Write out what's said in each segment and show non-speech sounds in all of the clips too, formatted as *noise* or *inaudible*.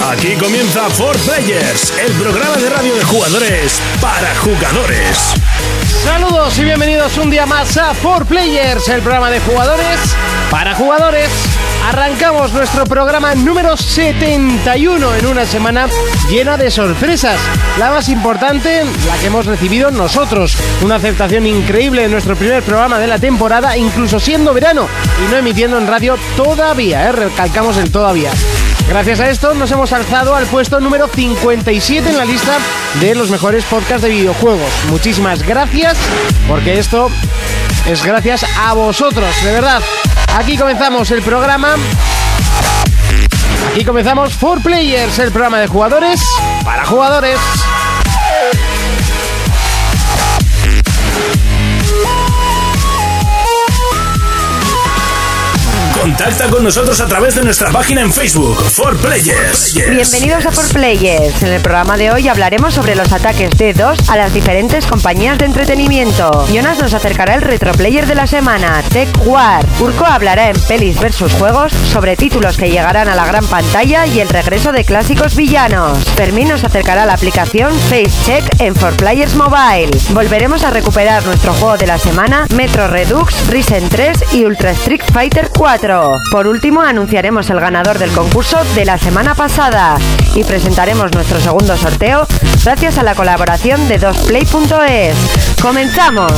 Aquí comienza For Players, el programa de radio de jugadores para jugadores. Saludos y bienvenidos un día más a 4 Players, el programa de jugadores para jugadores. Arrancamos nuestro programa número 71 en una semana llena de sorpresas. La más importante, la que hemos recibido nosotros. Una aceptación increíble de nuestro primer programa de la temporada, incluso siendo verano y no emitiendo en radio todavía, ¿eh? recalcamos el todavía. Gracias a esto nos hemos alzado al puesto número 57 en la lista de los mejores podcasts de videojuegos. Muchísimas gracias, porque esto es gracias a vosotros, de verdad. Aquí comenzamos el programa. Aquí comenzamos For Players, el programa de jugadores para jugadores. Contacta con nosotros a través de nuestra página en Facebook, For Players. Bienvenidos a For Players. En el programa de hoy hablaremos sobre los ataques de dos a las diferentes compañías de entretenimiento. Jonas nos acercará el retroplayer de la semana, Tech War. Urco hablará en pelis versus juegos sobre títulos que llegarán a la gran pantalla y el regreso de clásicos villanos. Fermín nos acercará la aplicación Face Check en For Players Mobile. Volveremos a recuperar nuestro juego de la semana, Metro Redux, Risen 3 y Ultra Street Fighter 4. Por último, anunciaremos el ganador del concurso de la semana pasada y presentaremos nuestro segundo sorteo gracias a la colaboración de 2play.es. ¡Comenzamos!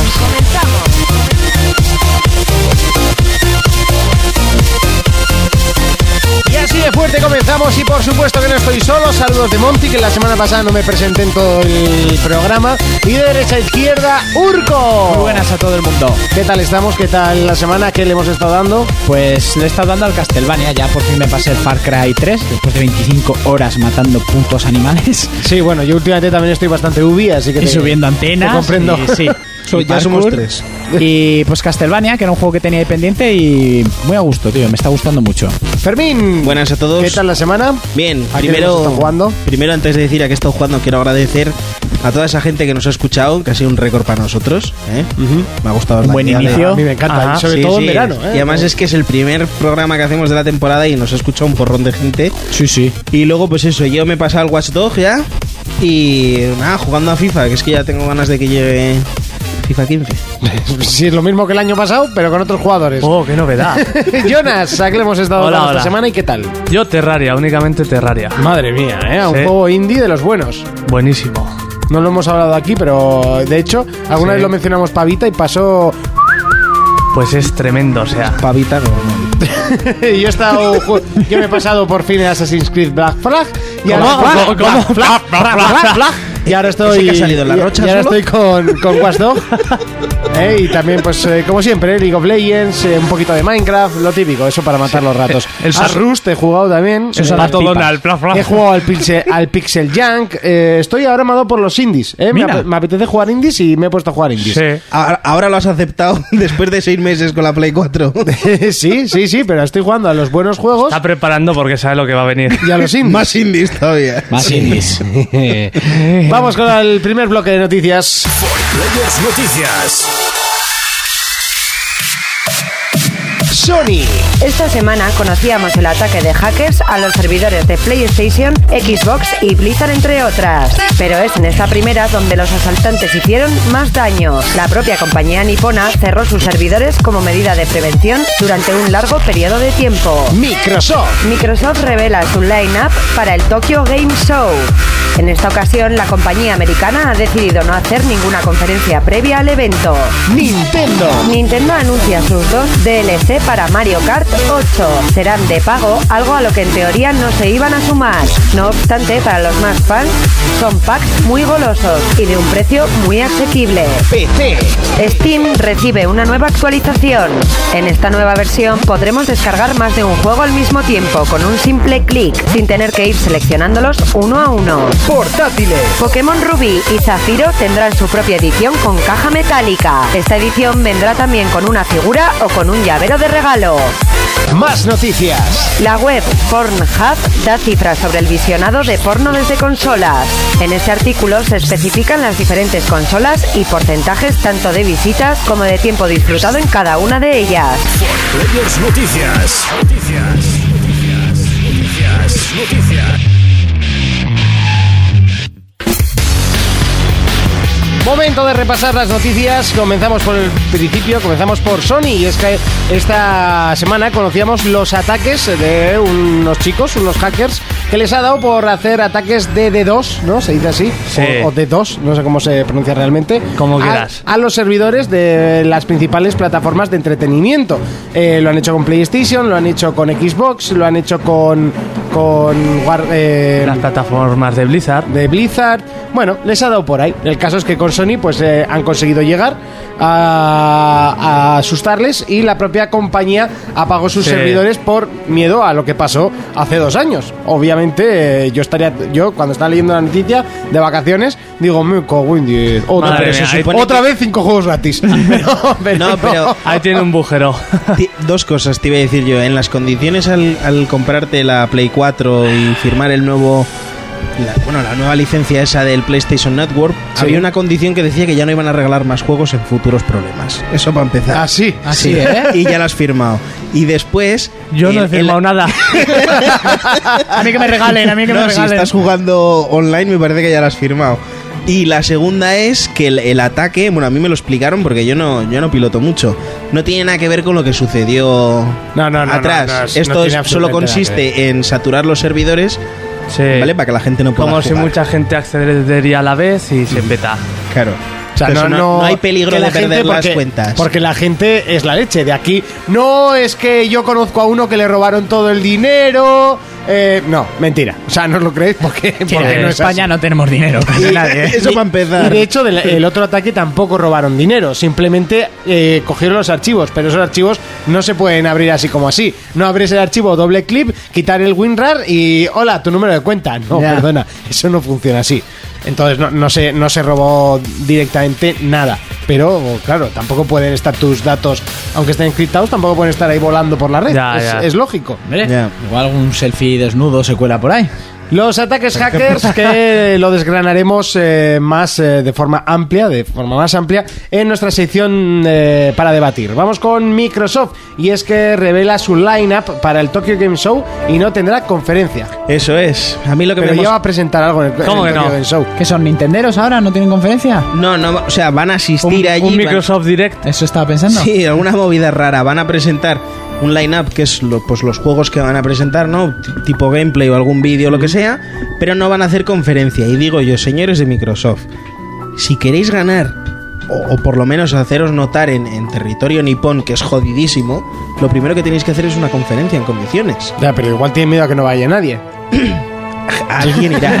Y así de fuerte comenzamos y por supuesto que no estoy solo. Saludos de Monty, que la semana pasada no me presenté en todo el programa. Y de derecha a izquierda, Urco. Muy buenas a todo el mundo. ¿Qué tal estamos? ¿Qué tal la semana? ¿Qué le hemos estado dando? Pues le he estado dando al Castlevania, ya por fin me pasé el Far Cry 3 después de 25 horas matando putos animales Sí, bueno, yo últimamente también estoy bastante ubi, así que y subiendo antenas. te comprendo. *laughs* y sí. So- y ya somos parkour. tres. Y pues Castlevania, que era un juego que tenía ahí pendiente y muy a gusto, tío, me está gustando mucho. Fermín. Buenas a todos. ¿Qué tal la semana? Bien, ¿A qué hemos primero, estado jugando? primero antes de decir a qué he estado jugando, quiero agradecer a toda esa gente que nos ha escuchado, que ha sido un récord para nosotros. ¿eh? Me ha gustado Un la buen idea de- inicio. A mí me encanta, Ajá. y sobre Sí, todo en sí. verano. ¿eh? Y además es que es el primer programa que hacemos de la temporada y nos ha escuchado un porrón de gente. Sí, sí. Y luego, pues eso, yo me he pasado al Watch Dog ya. Y nada, jugando a FIFA, que es que ya tengo ganas de que llegue FIFA 15. *laughs* Sí, es lo mismo que el año pasado, pero con otros jugadores. Oh, qué novedad. *laughs* Jonas, ¿a qué le hemos estado Hola, dando esta hola. semana y qué tal? Yo Terraria, únicamente Terraria. Madre mía, ¿eh? Un Sí. juego indie de los buenos. Buenísimo. No lo hemos hablado aquí, pero de hecho, alguna Sí. vez lo mencionamos Pavita y pasó. Pues es tremendo, o sea. Pavita, no, no. *laughs* yo he estado. ju- yo me he pasado por fin el Assassin's Creed Black Flag. Y ¿Cómo? ahora, ¿Cómo? ¿Cómo? Fla, fla, fla, *laughs* fla, fla. Y ahora estoy. ¿Ese que ha salido en la y- rocha y ahora solo? estoy con, con Watch Dogs. Eh, Y también, pues, eh, como siempre, eh, League of Legends, eh, un poquito de Minecraft, lo típico, eso para matar los ratos. El A sar- Rust he jugado también. El Eh, pato pipas. Donald, bla, bla. He jugado al Pixel, al pixel Junk. eh, estoy ahora amado por los indies. eh, me, Mira. ap- me apetece jugar indies y me he puesto a jugar indies. Sí. Ahora, ahora lo has aceptado *laughs* después de seis meses con la *laughs* Play 4. sí, sí, sí, pero estoy jugando a los buenos juegos Está preparando porque sabe lo que va a venir. y a *laughs* los indies. Más indies todavía. *laughs* Más indies. Eh, Vamos con el primer bloque de noticias. Players Noticias. Sony. Esta semana conocíamos el ataque de hackers a los servidores de PlayStation, Xbox y Blizzard entre otras. Pero es en esta primera donde los asaltantes hicieron más daño. La propia compañía nipona cerró sus servidores como medida de prevención durante un largo periodo de tiempo. Microsoft. Microsoft revela su line-up para el Tokyo Game Show. En esta ocasión, la compañía americana ha decidido no hacer ninguna conferencia previa al evento. Nintendo. Nintendo anuncia sus dos DLC para Mario Kart 8. Serán de pago, algo a lo que en teoría no se iban a sumar. No obstante, para los más fans, son packs muy golosos y de un precio muy asequible. PC. Steam recibe una nueva actualización. En esta nueva versión podremos descargar más de un juego al mismo tiempo con un simple clic, sin tener que ir seleccionándolos uno a uno. Portátiles. Pokémon Rubí y Zafiro tendrán su propia edición con caja metálica. Esta edición vendrá también con una figura o con un llavero de regalo. Más noticias. La web Pornhub da cifras sobre el visionado de porno desde consolas. En este artículo se especifican las diferentes consolas y porcentajes tanto de visitas como de tiempo disfrutado en cada una de ellas. Players Noticias. Noticias. Noticias. Noticias. Noticias. momento de repasar las noticias. Comenzamos por el principio, comenzamos por Sony. Y es que esta semana conocíamos los ataques de unos chicos, unos hackers, que les ha dado por hacer ataques de D2, ¿no? Se dice así. Sí. O, o D2, no sé cómo se pronuncia realmente. Como A- quieras. a los servidores de las principales plataformas de entretenimiento. Eh, lo han hecho con PlayStation, lo han hecho con Xbox, lo han hecho con. con. War- eh, Las plataformas de Blizzard. de Blizzard. Bueno, les ha dado por ahí. El caso es que con Sony pues eh, han conseguido llegar a, a asustarles y la propia compañía apagó sus Sí. servidores por miedo a lo que pasó hace dos años. Obviamente eh, yo estaría, yo cuando estaba leyendo la noticia de vacaciones digo, me cago en diez". otra, Madre vez, mía, se ahí- supone otra vez cinco juegos *laughs* gratis. *laughs* Pero- No, pero- Ahí tiene un bujero. Ti- Dos cosas te iba a decir yo. En las condiciones al, al comprarte la Play 4 y firmar el nuevo. la- bueno, la nueva licencia esa del PlayStation Network, había una condición que decía que ya no iban a regalar más juegos en futuros problemas. Eso para empezar. Así, Así, ¿eh? *laughs* *laughs* Y ya lo has firmado. Y después. Yo no el- he firmado el- *laughs* nada. A mí que me regalen, a mí que no, me si regalen. estás jugando online, me parece que ya lo has firmado. Y la segunda es que el, el ataque, bueno, a mí me lo explicaron porque yo no, yo no piloto mucho. No tiene nada que ver con lo que sucedió No, no, no, atrás. no, no, no tiene Esto es- solo absolutamente nada consiste en saturar los servidores, Sí. ¿vale? Para que la gente no pueda Como si jugar. mucha gente accedería a la vez y se peta. Claro. O sea, Pero no, eso no, no- no hay peligro que la de perder gente, las cuentas. *laughs* Porque la gente es la leche. De aquí, no es que yo conozco a uno que le robaron todo el dinero. eh, no, mentira. O sea, no os lo creéis porque, Sí, porque en no es así. España no tenemos dinero, casi nadie. ¿eh? Eso para Y empezar. de hecho, del- el otro ataque tampoco robaron dinero, simplemente eh, cogieron los archivos, pero esos archivos no se pueden abrir así como así. No abres el archivo, doble clip, quitar el WinRAR y hola, tu número de cuenta. *laughs* No, Ya. perdona, eso no funciona así. Entonces no, no se, no se robó directamente nada. Pero claro, tampoco pueden estar tus datos, aunque estén encriptados, tampoco pueden estar ahí volando por la red. Ya, es, ya. es lógico. Hombre, Ya. Igual algún selfie desnudo se cuela por ahí. Los ataques hackers que lo desgranaremos eh, más eh, de forma amplia, de forma más amplia, en nuestra sección eh, para debatir. Vamos con Microsoft y es que revela su lineup para el Tokyo Game Show y no tendrá conferencia. Eso es. A mí lo que Pero me ya va hemos- a presentar algo en el, en ¿Cómo el que Tokyo no? Game Show. ¿Qué son, nintenderos ahora? ¿No tienen conferencia? No, no, o sea, van a asistir Un, allí. un van- Microsoft Direct. ¿Eso estaba pensando? Sí, alguna movida rara. Van a presentar un line-up que es lo- pues los juegos que van a presentar, ¿no? T- tipo gameplay o algún vídeo, lo que sea, pero no van a hacer conferencia. Y digo yo, señores de Microsoft, si queréis ganar, o, o por lo menos haceros notar en, en territorio nipón, que es jodidísimo, lo primero que tenéis que hacer es una conferencia en condiciones. *laughs* Ya, pero igual tienen miedo a que no vaya nadie. Alguien irá.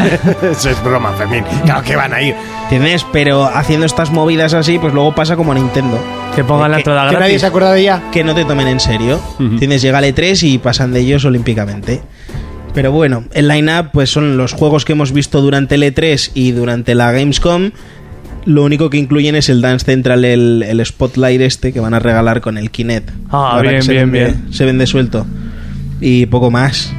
Eso es broma, Fermín. Claro que van a ir. ¿Tienes? Pero haciendo estas movidas así, pues luego pasa como a Nintendo. Que pongan la Que- entrada Que nadie gratis. se acuerda de ella. que no te tomen en serio. Tienes llega al E3 y pasan de ellos olímpicamente. Pero bueno, el line-up pues son los juegos que hemos visto durante el E3 y durante la Gamescom. Lo único que incluyen es el Dance Central, el, el Spotlight este que van a regalar con el Kinect. Ah, La verdad bien, que se bien, vende- bien. Se vende suelto. Y poco más.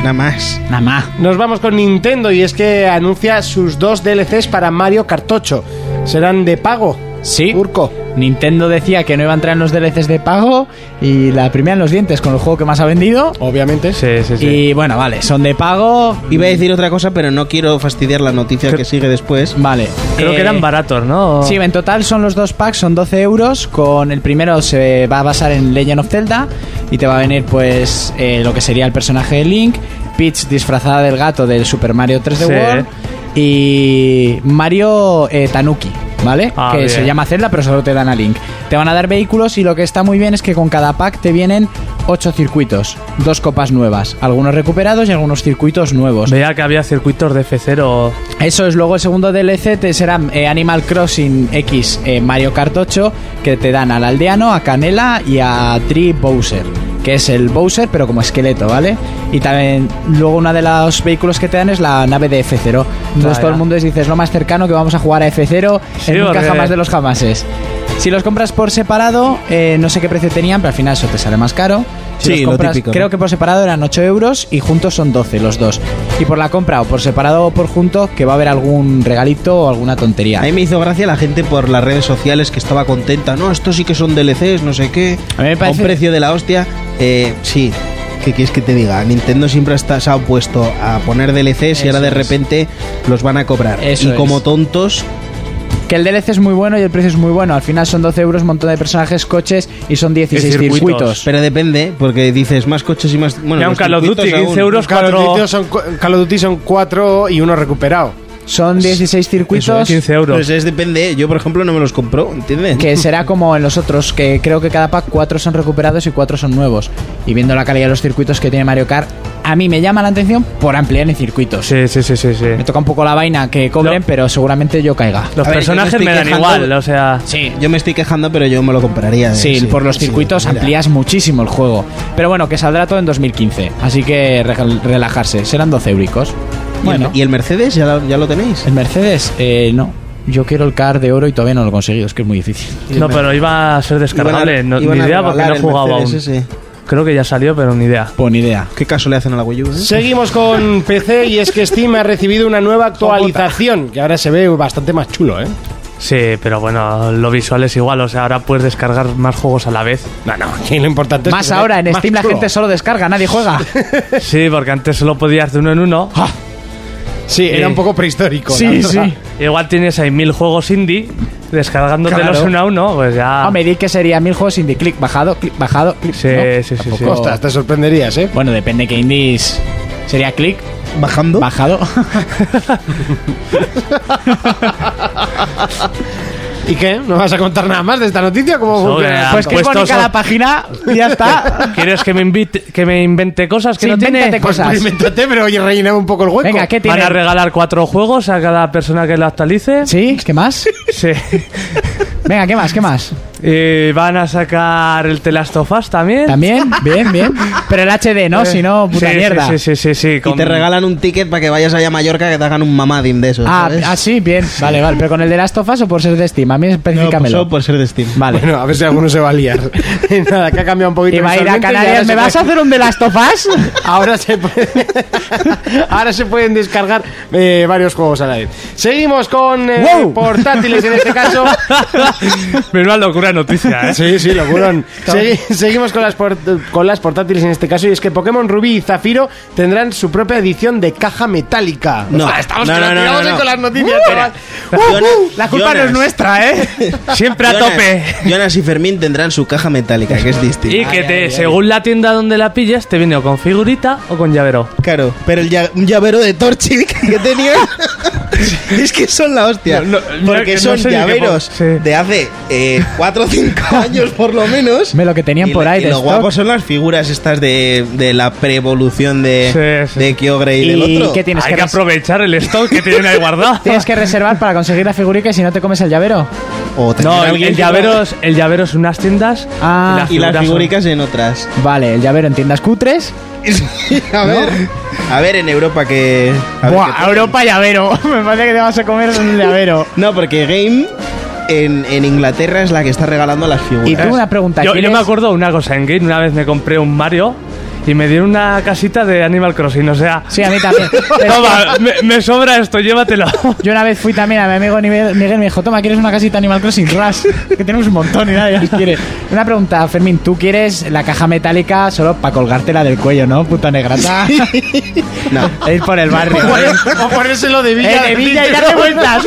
Nada más. Nada más. Nos vamos con Nintendo y es que anuncia sus dos DLCs para Mario Cartocho. Serán de pago. Sí. Urco. Nintendo decía que no iba a entrar en los DLCs de pago y la primera en los dientes con el juego que más ha vendido. Obviamente. Sí, sí, sí. Y bueno, vale, son de pago. Iba a decir otra cosa, pero no quiero fastidiar la noticia que sigue después. Vale. Creo Eh, que eran baratos, ¿no? Sí, en total son los dos packs, son 12 euros. Con el primero se va a basar en Legend of Zelda y te va a venir, pues, eh, lo que sería el personaje de Link, Peach disfrazada del gato del Super Mario 3D Sí. World y Mario eh, Tanuki, ¿vale? Ah, que bien. se llama Zelda, pero solo te dan a Link. Te van a dar vehículos y lo que está muy bien es que con cada pack te vienen 8 circuitos, dos copas nuevas, algunos recuperados y algunos circuitos nuevos. Veía que había circuitos de F0. Eso es, luego el segundo DLC te será eh, Animal Crossing X eh, Mario Kart 8, que te dan al aldeano, a Canela y a Tree Bowser, que es el Bowser pero como esqueleto, ¿vale? Y también luego uno de los vehículos que te dan es la nave de F0. Entonces Vaya. todo el mundo dice, es lo más cercano que vamos a jugar a F0 Sí, en nunca porque- jamás de los jamases. Si los compras por separado, eh, no sé qué precio tenían, pero al final eso te sale más caro. Si Sí, los lo compras, típico, ¿no? creo que por separado eran 8 euros y juntos son 12 los dos. Y por la compra o por separado o por junto, que va a haber algún regalito o alguna tontería. A mí me hizo gracia la gente por las redes sociales que estaba contenta. No, estos sí que son DLCs, no sé qué. A mí me parece- un precio de la hostia. Eh, sí, ¿qué quieres que te diga? Nintendo siempre está, se ha opuesto a poner DLCs y Eso ahora de es. repente los van a cobrar. Eso y es. como tontos, Que el DLC es muy bueno y el precio es muy bueno. Al final son 12 euros, un montón de personajes, coches y son 16 circuitos. circuitos. Pero depende, porque dices más coches y más. Bueno, Mira, un los Call of circuitos Duty, 15 aún. euros, Call of Duty 4... son cu- Call of Duty son cuatro y uno recuperado. Son 16 circuitos. 15 euros. Pues es depende. Yo, por ejemplo, no me los compro, ¿entiendes? Que será como en los otros, que creo que cada pack 4 son recuperados y 4 son nuevos. Y viendo la calidad de los circuitos que tiene Mario Kart, a mí me llama la atención por ampliar en circuitos. Sí, sí, sí, sí, sí. Me toca un poco la vaina que cobren, No. pero seguramente yo caiga. A Los ver, yo no personajes estoy me dan quejando- igual, o sea... Sí, Yo me estoy quejando, pero yo me lo compraría. eh, Sí, por los sí, circuitos mira. amplías muchísimo el juego. Pero bueno, que saldrá todo en 2015. Así que re- relajarse. Serán 12 euricos. ¿Y el- Bueno, ¿Y el Mercedes ya lo, ya lo tenéis? el Mercedes, eh, no. Yo quiero el car de oro y todavía no lo he conseguido. Es que es muy difícil. No, pero iba a ser descargable, Iban a- no, iban ni a idea porque no regalar el jugaba aún. Mercedes ese. Creo que ya salió, pero ni idea. Pues ni idea. ¿Qué caso le hacen a la Wii U? eh? Seguimos con *laughs* PC y es que Steam ha recibido una nueva actualización que ahora se ve bastante más chulo, ¿eh? Sí, pero bueno, lo visual es igual, o sea, ahora puedes descargar más juegos a *laughs* la vez. No, no, aquí lo importante es que eh, Más se ve ahora, en más Steam la chulo. gente solo descarga, nadie *laughs* juega. Sí, porque antes solo podías de uno en uno. Ah, Sí, era Eh, un poco prehistórico. la verdad. *laughs* Igual tienes ahí mil juegos indie, descargándotelos Claro. uno a uno, pues Ah, ya... Hombre, di que sería mil juegos indie. Clic, bajado, clic, bajado, clic. Sí, ¿no? sí, sí, sí. Tampoco- Ostras, te sorprenderías, ¿eh? Bueno, depende que indies. Sería clic, ¿Bajando? bajado. ¿Y qué? ¿No vas a contar nada más de esta noticia? ¿Cómo Sobre funciona? la- *laughs* pues que es puesto bonita so- la página y ya está. ¿Quieres que me, invite, que me invente cosas que Sí, no tiene? *laughs* invéntate Pues cosas. experimentate, pero oye, rellename un poco el hueco. Venga, ¿qué Van tiene? a regalar cuatro juegos a cada persona que lo *laughs* actualice. ¿Sí? ¿Qué más? Sí. *laughs* Venga, ¿qué más? ¿Qué más? Y van a sacar el Telastofas también. También, bien, bien. Pero el HD, ¿no? Si no, puta Eh, Sí, sí, mierda. Sí, sí, sí, sí. Y con- te regalan un ticket para que vayas allá a Mallorca que te hagan un mamadín de eso. Ah, ah, sí, bien. Vale, vale. Pero con el de Last of Us o por ser de Steam. A mí pues especificamelo. por ser de Steam. Vale. Bueno, a ver si alguno se va a liar. *laughs* *laughs* Nada, que ha cambiado un poquito. Y va a ir a visualmente y ahora Canarias. se ¿Me vas a puede- hacer un de Last of Us? Ahora se, puede- *laughs* ahora se pueden descargar eh, varios juegos a la vez. Seguimos con eh, ¡Wow! portátiles en este caso. *laughs* Menuda locura noticia, *laughs* *laughs* ¿eh? Sí, sí, lo jurón. Segui- seguimos con las, por- con las portátiles en este caso y es que Pokémon Rubí y Zafiro tendrán su propia edición de caja metálica. No. Ostras, estamos No, que no, nos no, tiramos no, ahí no. con *laughs* las noticias. chaval. La culpa no es nuestra, *laughs* ¿eh? Siempre a Jonas- tope. *laughs* Jonas y Fermín tendrán su caja metálica, que es distinta. *laughs* Y que te, según la tienda donde la pillas, te viene o con figurita o con llavero. Claro, pero el lla- un llavero de *laughs* Torchic que tenía. *laughs* es que son la hostia. No, no, mira porque que no son sé ni qué llaveros po- sí. de hace 4 o *laughs* 5 años por lo menos. Ve lo que tenían Y por lo- ahí y de lo stock. guapo son las figuras estas de, de la pre-evolución de, Sí, sí. de Kyogre y, del ¿Y otro. qué tienes Hay que que res- aprovechar el stock que tienen *laughs* ahí guardado. Tienes que reservar para conseguir la figurica y si no te comes el llavero. O tener No, el, alguien el que- llavero es, el llavero es unas tiendas Ah, Y las son- figuricas en otras. Vale, el llavero en tiendas cutres. a ver. A ver, en Europa que. a ver qué Buah, tal. Europa llavero. *laughs* Me parece que te vas a comer un llavero. No, porque Game en, en Inglaterra es la que está regalando las figuras. Y tú una pregunta. Yo, yo ¿quieres- me acuerdo una cosa, en Game una vez me compré un Mario y me dieron una casita de Animal Crossing, *laughs* o sea... Sí, a mí también. Toma, me, me sobra *laughs* esto, llévatelo. Yo una vez fui también a mi amigo Nive- Miguel me dijo, toma, ¿quieres una casita Animal Crossing? Ras, que tenemos un montón y nadie las quiere. Una pregunta, Fermín, ¿tú quieres la caja metálica solo para colgártela del cuello, no, puta negrata? No. E ir por el barrio. ¿eh? O ponérselo de Eh, Villa. *laughs* de villa y *laughs* darte vueltas.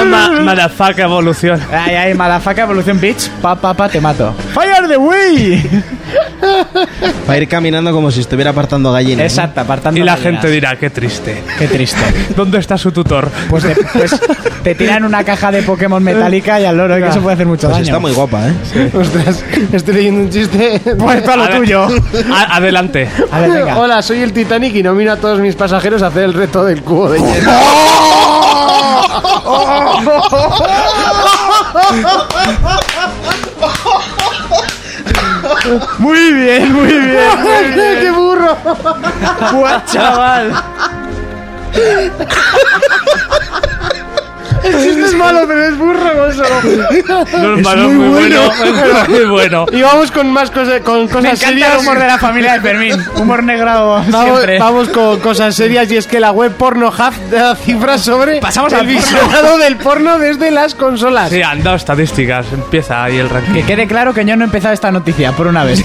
Oh, ma- motherfucker, evolución. Ay, ay, malafaca, evolución bitch, pa, pa, pa, te mato. ¡Fire the way! Para ir caminando como si estuviera apartando ¿eh? gallinas. Exacto, apartando Y la gallinas. gente dirá, qué triste. Qué triste. ¿Dónde está su tutor? Pues te, pues te tiran una caja de Pokémon metálica y al loro, que eso puede hacer mucho ¿no? Pues daño. está muy guapa, ¿eh? Ostras, estoy leyendo un chiste. *laughs* Pues para lo Ade- tuyo. a- adelante. A ver, venga. Hola, soy el Titanic y nomino a todos mis pasajeros a hacer el reto del cubo *laughs* de hielo. Muy bien, muy bien. *laughs* ¡Qué burro! Buah, chaval. Este es malo, pero es burro, Gonzalo. No, hermano, muy, bueno. *laughs* es muy bueno. Y vamos con más cosas, con Me cosas encanta serias. el humor de la familia de Fermín. Humor *laughs* negro Vamos, siempre. vamos con cosas serias y es que la web Pornhub da cifras sobre Pasamos el al porno. visionado del porno desde las consolas. Sí, han dado estadísticas. Empieza ahí el ranking. Que quede claro que yo no he empezado esta noticia, por una vez.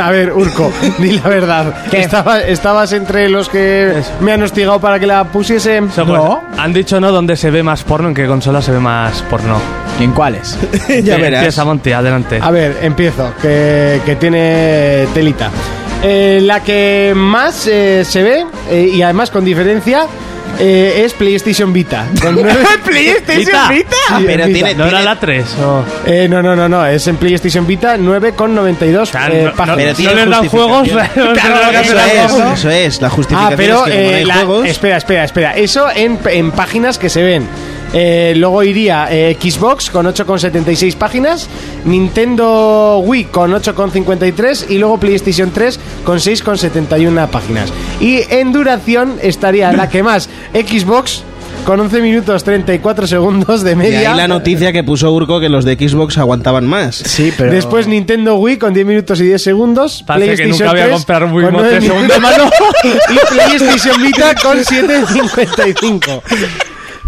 A ver, Urco, di la verdad. ¿Qué? Estaba- estabas entre los que me han hostigado para que la pusiese. Eso, pues, Han dicho no donde se ve más porno en qué consola se ve más porno. ¿Y en *laughs* cuáles? ya Eh, verás. Empieza, Monty, adelante. A ver, empiezo, que, que tiene telita. Eh, la que más eh, se ve, eh, y además con diferencia, eh, es PlayStation *laughs* Vita. Con nueve- ¿Vita? Ah, Sí, pero Vita. tiene, ¿No tiene- era la 3? No. Eh, no, no, no, no, es en PlayStation Vita 9,92 Claro, eh, no- páginas. no- Pero no tiene les dan juegos. *laughs* justificación. no les dan Eso es, juegos. eso es. La justificación Ah, pero es que como no eh, hay la- juegos... espera, espera, espera. Eso en, en páginas que se ven. Eh, luego iría eh, Xbox con 8,76 páginas, Nintendo Wii con 8,53 y luego PlayStation 3 con 6,71 páginas. Y en duración estaría la que más, Xbox con 11 minutos 34 segundos de Y media. ahí la noticia que puso Urco que los de Xbox aguantaban más. Sí, pero... Después Nintendo Wii con 10 minutos y 10 segundos. Parece que nunca voy a 3 comprar un con Wiimote de 9 segunda minutos *laughs* y PlayStation Vita con 7.55.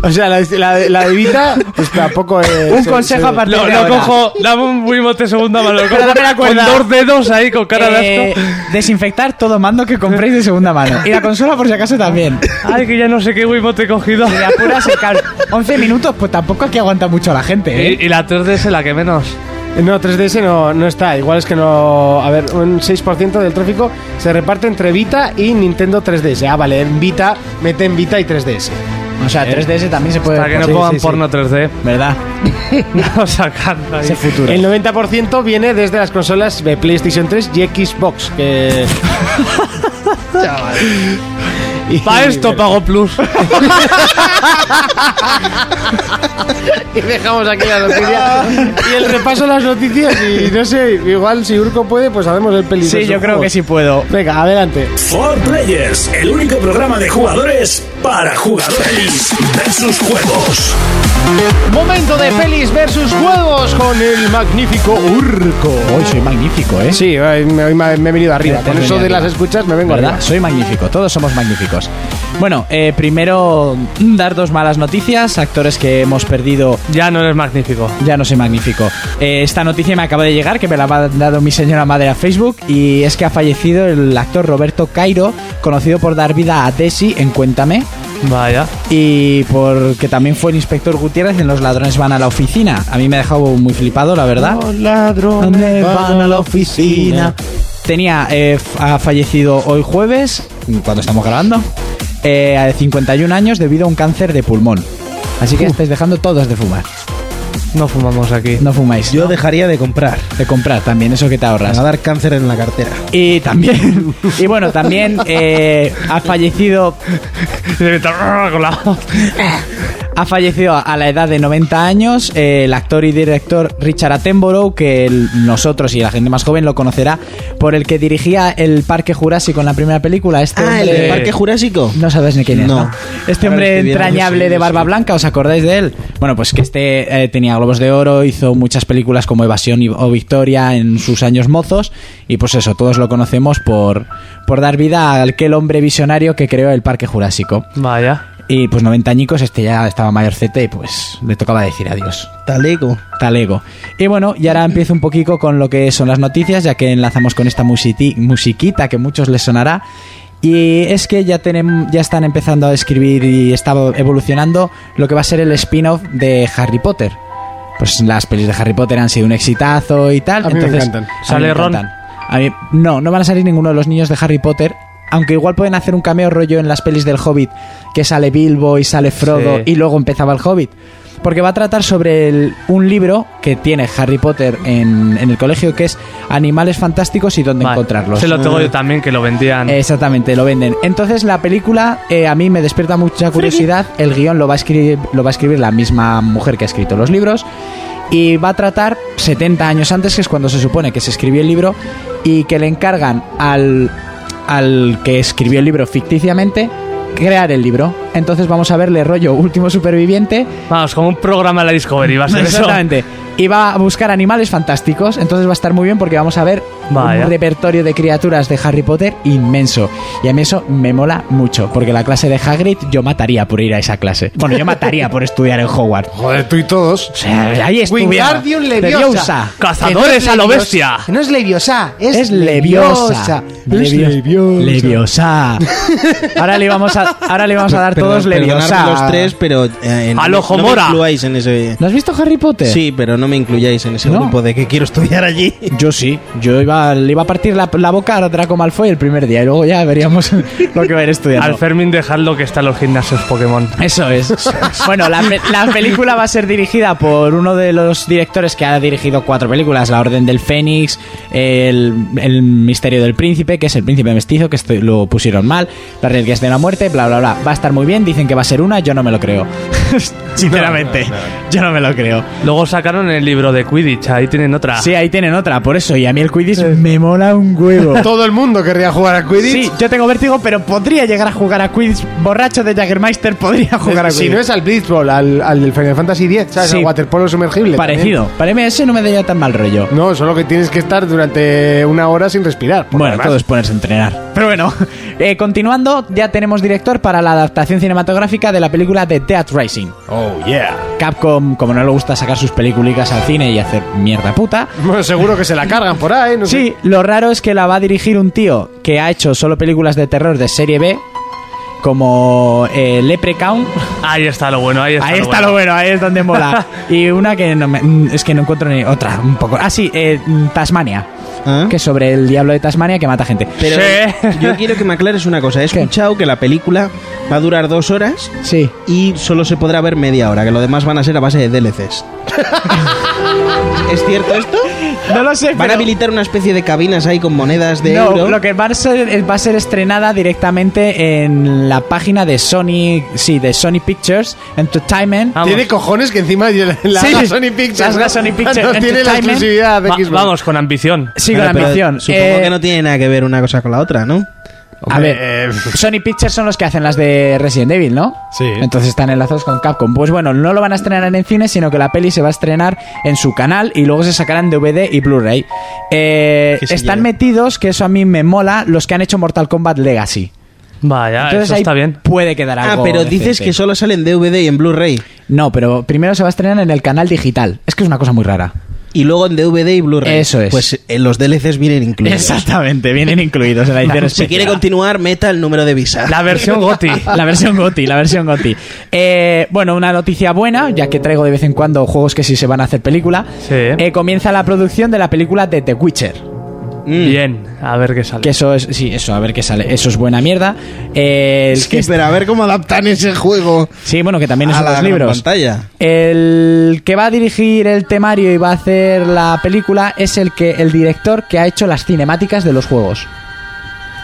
O sea, la, la- la de Vita, pues tampoco es... Un consejo a partir Lo, de lo ahora. cojo, dame un Wiimote segunda mano. Lo cojo dame la con cuerda. dos dedos ahí con cara de Eh, asco. desinfectar todo mando que compréis de segunda mano. Y la consola, por si acaso, también. Ay, que ya no sé qué Wiimote he cogido. Si te apuras, el cable. 11 minutos, pues tampoco aquí aguanta mucho la gente, ¿eh? Y, y la 3DS, la que menos. No, 3DS no, no está. Igual es que no... A ver, un 6% del tráfico se reparte entre Vita y Nintendo 3DS. Ah, vale, en Vita, meten Vita y 3DS. O sea, 3DS también se puede... Para que no Sí, pongan sí, sí. porno *laughs* 3D. ¿Verdad? No sacando ahí. Ese futuro. El 90% viene desde las consolas de PlayStation 3 y Xbox. Que... *laughs* Chaval. Y- Para esto pago plus. *laughs* Y dejamos aquí la noticia. Y el repaso de las noticias. Y no sé, igual si Urco puede, pues hacemos el peligro. Sí, yo creo que sí puedo. Venga, adelante. For Players, el único programa de jugadores para jugadores versus juegos. Momento de pelis versus juegos con el magnífico Urco. Hoy soy magnífico, ¿eh? Sí, hoy me, hoy me- me he venido arriba. Te Con has eso venido de las arriba. escuchas me vengo ¿Verdad? arriba. Soy magnífico, todos somos magníficos. Bueno, eh, primero mm, dar dos malas noticias, actores que hemos perdido, Ya no eres magnífico. ya no soy magnífico. Eh, esta noticia me acaba de llegar, que me la ha dado mi señora madre a Facebook, y es que ha fallecido el actor Roberto Cairo, conocido por dar vida a Desi en Cuéntame, Vaya. y porque también fue el inspector Gutiérrez en Los Ladrones van a la oficina. A mí me ha dejado muy flipado, la verdad. ladrones van a la oficina. Tenía, eh, f- ha fallecido hoy jueves, cuando estamos grabando, eh, a 51 años debido a un cáncer de pulmón. Así que estáis dejando todos de fumar. No fumamos aquí. No fumáis. Yo ¿no? dejaría de comprar. de comprar también, eso que te ahorras. Para dar cáncer en la cartera. Y también, y bueno, también eh, ha fallecido Y de repente, con la voz. Ha fallecido a la edad de 90 años eh, el actor y director Richard Attenborough, que el- nosotros y la gente más joven lo conocerá por el que dirigía el Parque Jurásico en la primera película. Este Ah, el hombre- del Parque Jurásico. No sabes ni quién es. No. ¿no? Este Ahora hombre estoy viendo, entrañable sí, sí, de barba sí. blanca, ¿os acordáis de él? Bueno, pues que este eh, tenía globos de oro, hizo muchas películas como Evasión y- o Victoria en sus años mozos. Y pues eso, todos lo conocemos por, por dar vida a aquel hombre visionario que creó el Parque Jurásico. Vaya. Y pues 90 añicos, este ya estaba mayorcete y pues le tocaba decir adiós. Talego. Talego. Y bueno, y ahora empiezo un poquito con lo que son las noticias, ya que enlazamos con esta musiti- musiquita que a muchos les sonará. Y es que ya, tenem- ya están empezando a escribir y está evolucionando lo que va a ser el spin-off de Harry Potter. Pues las pelis de Harry Potter han sido un exitazo y tal. A mí me entonces, encantan. a mí ¿Sale me Ron? encantan. A mí- no, no van a salir ninguno de los niños de Harry Potter. Aunque igual pueden hacer un cameo rollo en las pelis del Hobbit, que sale Bilbo y sale Frodo Sí. y luego empezaba el Hobbit. Porque va a tratar sobre el- un libro que tiene Harry Potter en, en el colegio, que es Animales Fantásticos y dónde Vale. encontrarlos. Eh. Se lo tengo yo también, que lo vendían. Exactamente, lo venden. Entonces la película eh, a mí me despierta mucha curiosidad. El guión lo va, a escribir, lo va a escribir la misma mujer que ha escrito los libros. Y va a tratar 70 años antes, que es cuando se supone que se escribió el libro, y que le encargan al, al que escribió el libro ficticiamente crear el libro. Entonces vamos a verle rollo último superviviente. *laughs* Vamos, como un programa de la Discovery va a ser *laughs* eso. Exactamente. y va a buscar animales fantásticos. Entonces va a estar muy bien porque vamos a ver Vaya. un repertorio de criaturas de Harry Potter inmenso. Y a mí eso me mola mucho, porque la clase de Hagrid yo mataría por ir a esa clase. Bueno, yo mataría por estudiar en Hogwarts. Joder, tú y todos. O sea, ahí estuviera. Wingardium Leviosa. ¡Cazadores Que no es a lo Levios- bestia! que no es leviosa, es, Es leviosa. Es Leviosa. leviosa. Leviosa. Ahora le vamos a, ahora le vamos a dar Perdón- todos perdonad leviosa. los tres, pero eh, en- Al ojo no me mora. incluáis en ese... ¿No has visto Harry Potter? Sí, pero no me incluyáis en ese No. grupo de que quiero estudiar allí. Yo sí, yo iba, le iba a partir la, la boca a Draco Malfoy el primer día y luego ya veríamos *laughs* lo que va a ir estudiando. Al Fermín dejadlo que está en los gimnasios Pokémon. Eso es. *laughs* bueno, la, pe- la película va a ser dirigida por uno de los directores que ha dirigido cuatro películas: La Orden del Fénix, El, El Misterio del Príncipe, que es el príncipe mestizo, que esto lo pusieron mal, Las Reliquias de la Muerte, bla, bla, bla. Va a estar muy bien, dicen que va a ser una, yo no me lo creo. *laughs* Sinceramente, yo no me lo creo. Luego sacaron el libro de Quidditch, ahí tienen otra. Sí, ahí tienen otra, por eso, y a mí el Quidditch me mola un huevo. Todo el mundo querría jugar a Quidditch. Sí, yo tengo vértigo, pero podría llegar a jugar a Quidditch. Borracho de Jaggermeister podría jugar a Quidditch. Si no es al Blitzball, al, al del Final Fantasy X, ¿sabes? Sí. Al waterpolo sumergible. Parecido. Para mí ese no me daría tan mal rollo. también. No, solo que tienes que estar durante una hora sin respirar. por Bueno, lo demás. todo es ponerse a entrenar. Pero bueno, *laughs* eh, continuando, ya tenemos director para la adaptación cinematográfica de la película de Death Rising. Oh, yeah. Capcom, como no le gusta sacar sus películas al cine y hacer mierda puta, Bueno, seguro que se la cargan por ahí, no sé. Sí, lo raro es que la va a dirigir un tío que ha hecho solo películas de terror de serie B, como eh, Leprechaun. Ahí está lo bueno, ahí está Ahí lo está bueno. lo bueno, ahí es donde *laughs* mola. y una que no me- mm, es que no encuentro ni otra, un poco. Ah, sí, eh, mm, Tasmania, ¿Ah? que es sobre el diablo de Tasmania que mata gente. Pero Sí. yo quiero que me aclares una cosa. He ¿Qué? escuchado que la película va a durar dos horas Sí. y solo se podrá ver media hora, que lo demás van a ser a base de DLCs. *laughs* ¿Es cierto esto? No lo sé, ¿Van a pero- habilitar una especie de cabinas ahí con monedas de no, euro? lo que va a, ser, eh, va a ser estrenada directamente en la página de Sony, sí, de Sony Pictures Entertainment. Ah. Vamos. Tiene cojones que encima la, la Sí, haga sí. Sony Pictures. Las haga ¿no? Sony Pictures No tiene la Entertainment. exclusividad de Va- Xbox. vamos, con ambición. Sí, Bueno, con pero ambición. Supongo Eh, que no tiene nada que ver una cosa con la otra, ¿no? A ver, Sony Pictures son los que hacen las de Resident Evil, ¿no? Sí. Entonces están enlazados con Capcom. Pues bueno, no lo van a estrenar en cine, sino que la peli se va a estrenar en su canal y luego se sacarán DVD y Blu-ray. Eh, Que se están lleve. metidos, que eso a mí me mola, los que han hecho Mortal Kombat Legacy. Vaya, Entonces eso ahí está bien. puede quedar Ah, algo. pero dices decente. que solo sale en DVD y en Blu-ray. No, pero primero se va a estrenar en el canal digital. Es que es una cosa muy rara. Y luego en DVD y Blu-ray. Eso es. Pues eh, los DLCs vienen incluidos. Exactamente, vienen incluidos en *laughs* la edición Si especial. quiere continuar, meta el número de visa. La versión GOTI. *laughs* La versión GOTI, la versión GOTI. Eh, bueno, una noticia buena, ya que traigo de vez en cuando juegos que sí se van a hacer película. Sí. Eh, comienza la producción de la película de The Witcher. Mm. Bien, a ver qué sale. Que eso es, sí, eso, a ver qué sale. Eso es buena mierda. Eh, el *laughs* Sí, que es- pero a ver cómo adaptan ese juego sí, bueno, que también a es la los gran libros. pantalla. El que va a dirigir el temario y va a hacer la película es el que el director que ha hecho las cinemáticas de los juegos.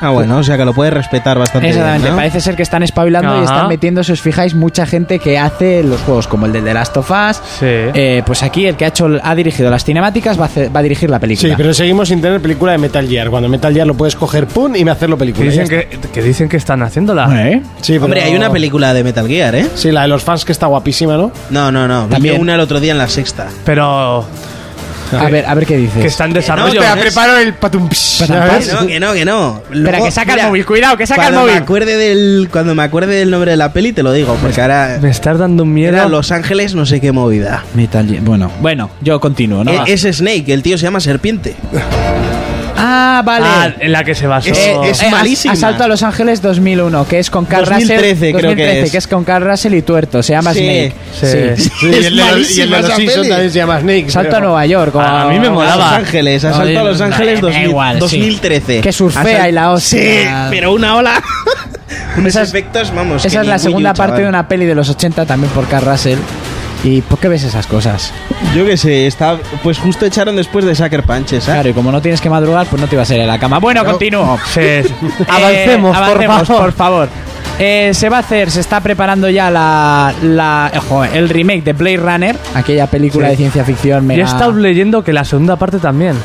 Ah, bueno, o sea que lo puedes respetar bastante. bien, Exactamente, ¿no? parece ser que están espabilando y Ajá. están metiendo, si os fijáis, mucha gente que hace los juegos, como el del The Last of Us. Sí. Eh, pues aquí el que ha hecho ha dirigido las cinemáticas va a, hacer- va a dirigir la película. Sí, pero seguimos sin tener película de Metal Gear. Cuando Metal Gear lo puedes coger, pum, y me hacerlo Que película. dicen Ya que, que dicen que están haciéndola. ¿Eh? está. Sí, pero- Hombre, hay una película de Metal Gear, ¿eh? Sí, la de los fans que está guapísima, ¿no? No, no, no. También También. una el otro día en la sexta. Pero A ver, a ver qué dices. que está en no, desarrollo. te Te ¿Ves? preparo el patum psh, Patum ¿sabes? Que no, que no, que no. ¿Ah? Espera, Luego, que saca mira, el móvil, cuidado, que saca el cuando móvil. Me acuerde del, cuando me acuerde del nombre de la peli te lo digo, porque ahora Me estás dando un miedo. era Los Ángeles no sé qué movida. Metal Gear- Bueno, bueno, yo continúo, ¿no? E- es Snake, el tío se llama Serpiente. Ah, vale. Ah, en la que se basó. Eh, es as- malísima. Asalto a Los Ángeles 2001, que es con Carl 2013 Russell. creo que es. que es con Carl Russell y Tuerto. Se llama Sí, Snake. *laughs* sí. Sí, y el de los- y el de los Simpsons también se llama Snake. Asalto creo. a Nueva York. o- A mí me A Los molaba. Ángeles, Asalto a Los No, Ángeles da 2000 igual, sí. 2013. Que surfea Asal- y la hostia. Sí, pero *laughs* una ola. Unos Esa es- efectos, vamos. que Esa es ni la Wii U, segunda parte chaval. de una peli de los 80 también por Carl Russell. ¿Y por qué ves esas cosas? Yo qué sé, está, pues justo echaron después de Sucker ¿Eh? Punches, ¿eh? Claro, y como no tienes que madrugar, pues no te ibas a ir a la cama. Bueno, *laughs* continúo. *laughs* Sí. Eh, Avancemos, por avancemos, favor. por favor. Eh, se va a hacer, se está preparando ya la, la- eh, joder, el remake de Blade Runner, aquella película Sí. de ciencia ficción. Yo he mega- estado leyendo que la segunda parte también.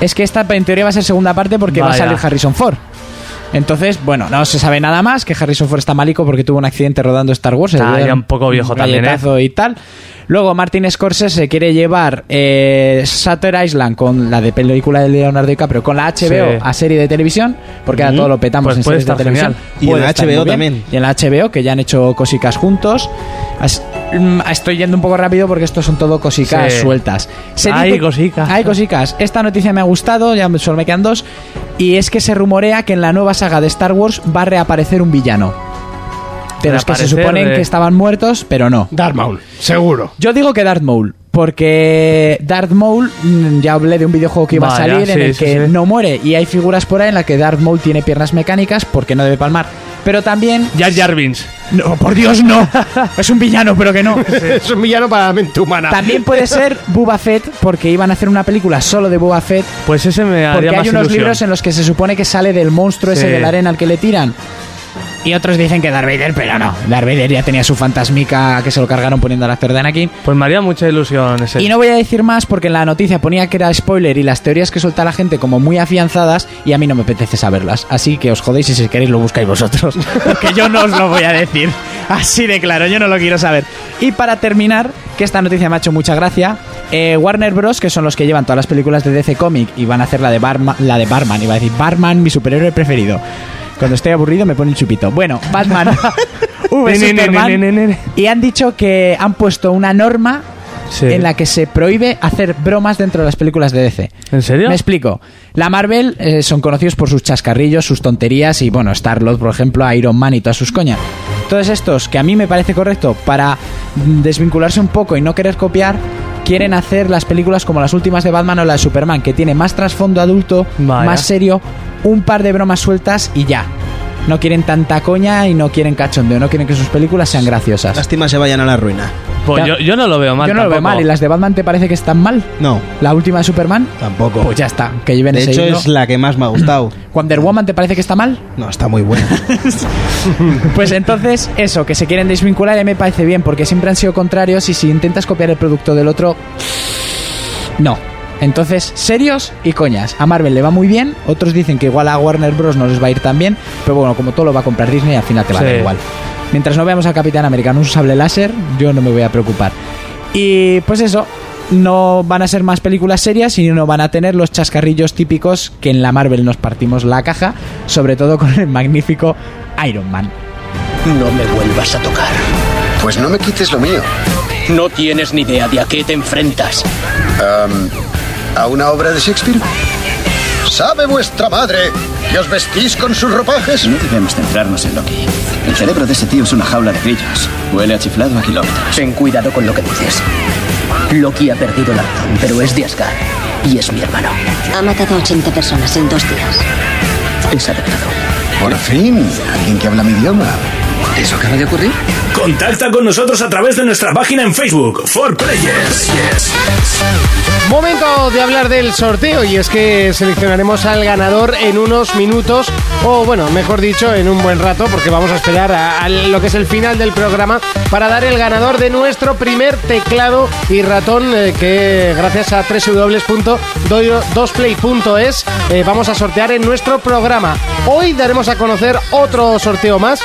Es que esta en teoría va a ser segunda parte porque va a Vaya. salir Harrison Ford. Entonces, bueno, no se sabe nada más que Harrison Ford está malico porque tuvo un accidente rodando Star Wars. se Está le dio ya un poco viejo también, ¿eh? galletazo y tal. Luego Martin Scorsese quiere llevar eh, Shutter Island con la de película de Leonardo DiCaprio con la HBO Sí. a serie de televisión porque ahora Mm. todo lo petamos Pues en puede series de estar televisión. genial. Y en Puede la estar HBO muy bien. también. Y en la HBO que ya han hecho cosicas juntos. As- mm, Estoy yendo un poco rápido porque estos son todo cosicas Sí. sueltas. Ay, cosicas. Ay, cosicas. Esta noticia me ha gustado, ya solo me quedan dos. Y es que se rumorea que en la nueva saga de Star Wars va a reaparecer un villano. De los que se Reaparecer, suponen eh. que estaban muertos, pero no. Darth Maul, seguro. Yo digo que Darth Maul, porque Darth Maul, mm, ya hablé de un videojuego que iba a Vaya, salir en sí, el sí, que sí. no muere y hay figuras por ahí en la que Darth Maul tiene piernas mecánicas porque no debe palmar. Pero también... Jar Jar Binks. No, por Dios, *laughs* no. es un villano, pero que no. Es un villano para la mente humana. También puede ser Boba Fett, porque iban a hacer una película solo de Boba Fett Pues ese me Ah, porque haría hay más unos ilusión. libros en los que se supone que sale del monstruo ese Sí. de la arena al que le tiran. Y otros dicen que Darth Vader, pero no. Darth Vader ya tenía su fantasmica que se lo cargaron poniendo al actor de Anakin. Pues me haría mucha ilusión ese. Y no voy a decir más porque en la noticia ponía que era spoiler y las teorías que suelta la gente como muy afianzadas y a mí no me apetece saberlas. Así que os jodéis y si queréis lo buscáis vosotros. Porque yo no os lo voy a decir. Así de claro, yo no lo quiero saber. Y para terminar, que esta noticia me ha hecho mucha gracia, eh, Warner Bros., que son los que llevan todas las películas de DC Comic y van a hacer la de, Barma- la de Barman, iba a decir Barman, mi superhéroe preferido. Cuando estoy aburrido me pone un chupito. Bueno, Batman. V Ne, ne, ne, Superman, ne, ne, ne, ne. y han dicho que han puesto una norma Sí. en la que se prohíbe hacer bromas dentro de las películas de DC. ¿En serio? Me explico. La Marvel eh, son conocidos por sus chascarrillos, sus tonterías y, bueno, Star-Lord, por ejemplo, Iron Man y todas sus coñas. Todos estos, que a mí me parece correcto, para mm, desvincularse un poco y no querer copiar, quieren hacer las películas como las últimas de Batman o la de Superman, que tiene más trasfondo adulto, Vaya. más serio, un par de bromas sueltas y ya. No quieren tanta coña y no quieren cachondeo, no quieren que sus películas sean graciosas. Lástima se vayan a la ruina. Pues yo, yo no lo veo mal. Yo no lo veo tampoco. mal. ¿Y las de Batman te parece que están mal? No, ¿La última de Superman? tampoco. Pues ya está, que lleven de ese hecho, himno. es la que más me *coughs* ha gustado. ¿Wonder Woman te parece que está mal? No, está muy buena. Pues entonces, eso, que se quieren desvincular ya me parece bien, porque siempre han sido contrarios y si intentas copiar el producto del otro, no. Entonces, serios y coñas. A Marvel le va muy bien, otros dicen que igual a Warner Bros. no les va a ir tan bien, pero bueno, como todo lo va a comprar Disney, al final te va a dar Sí. igual. Mientras no veamos a Capitán Americano un sable láser, yo no me voy a preocupar. Y pues eso, no van a ser más películas serias y no van a tener los chascarrillos típicos que en la Marvel nos partimos la caja, sobre todo con el magnífico Iron Man. No me vuelvas a tocar. Pues no me quites lo mío. No tienes ni idea de a qué te enfrentas. ¿A una obra de Shakespeare? ¿Sabe vuestra madre que os vestís con sus ropajes? No debemos centrarnos en Loki. El cerebro de ese tío es una jaula de grillos. Huele a chiflado a kilómetros. Ten cuidado con lo que dices. Loki ha perdido la razón, pero es de Asgard. Y es mi hermano. Ha matado a 80 personas en dos días. Es adaptado. Por fin, alguien que habla mi idioma. ¿Eso acaba de ocurrir? Contacta con nosotros a través de nuestra página en Facebook, For Players. Momento de hablar del sorteo y es que seleccionaremos al ganador en unos minutos o bueno, mejor dicho, en un buen rato porque vamos a esperar a, a lo que es el final del programa para dar el ganador de nuestro primer teclado y ratón eh, que gracias a www.dosplay.es eh, vamos a sortear en nuestro programa. Hoy daremos a conocer otro sorteo más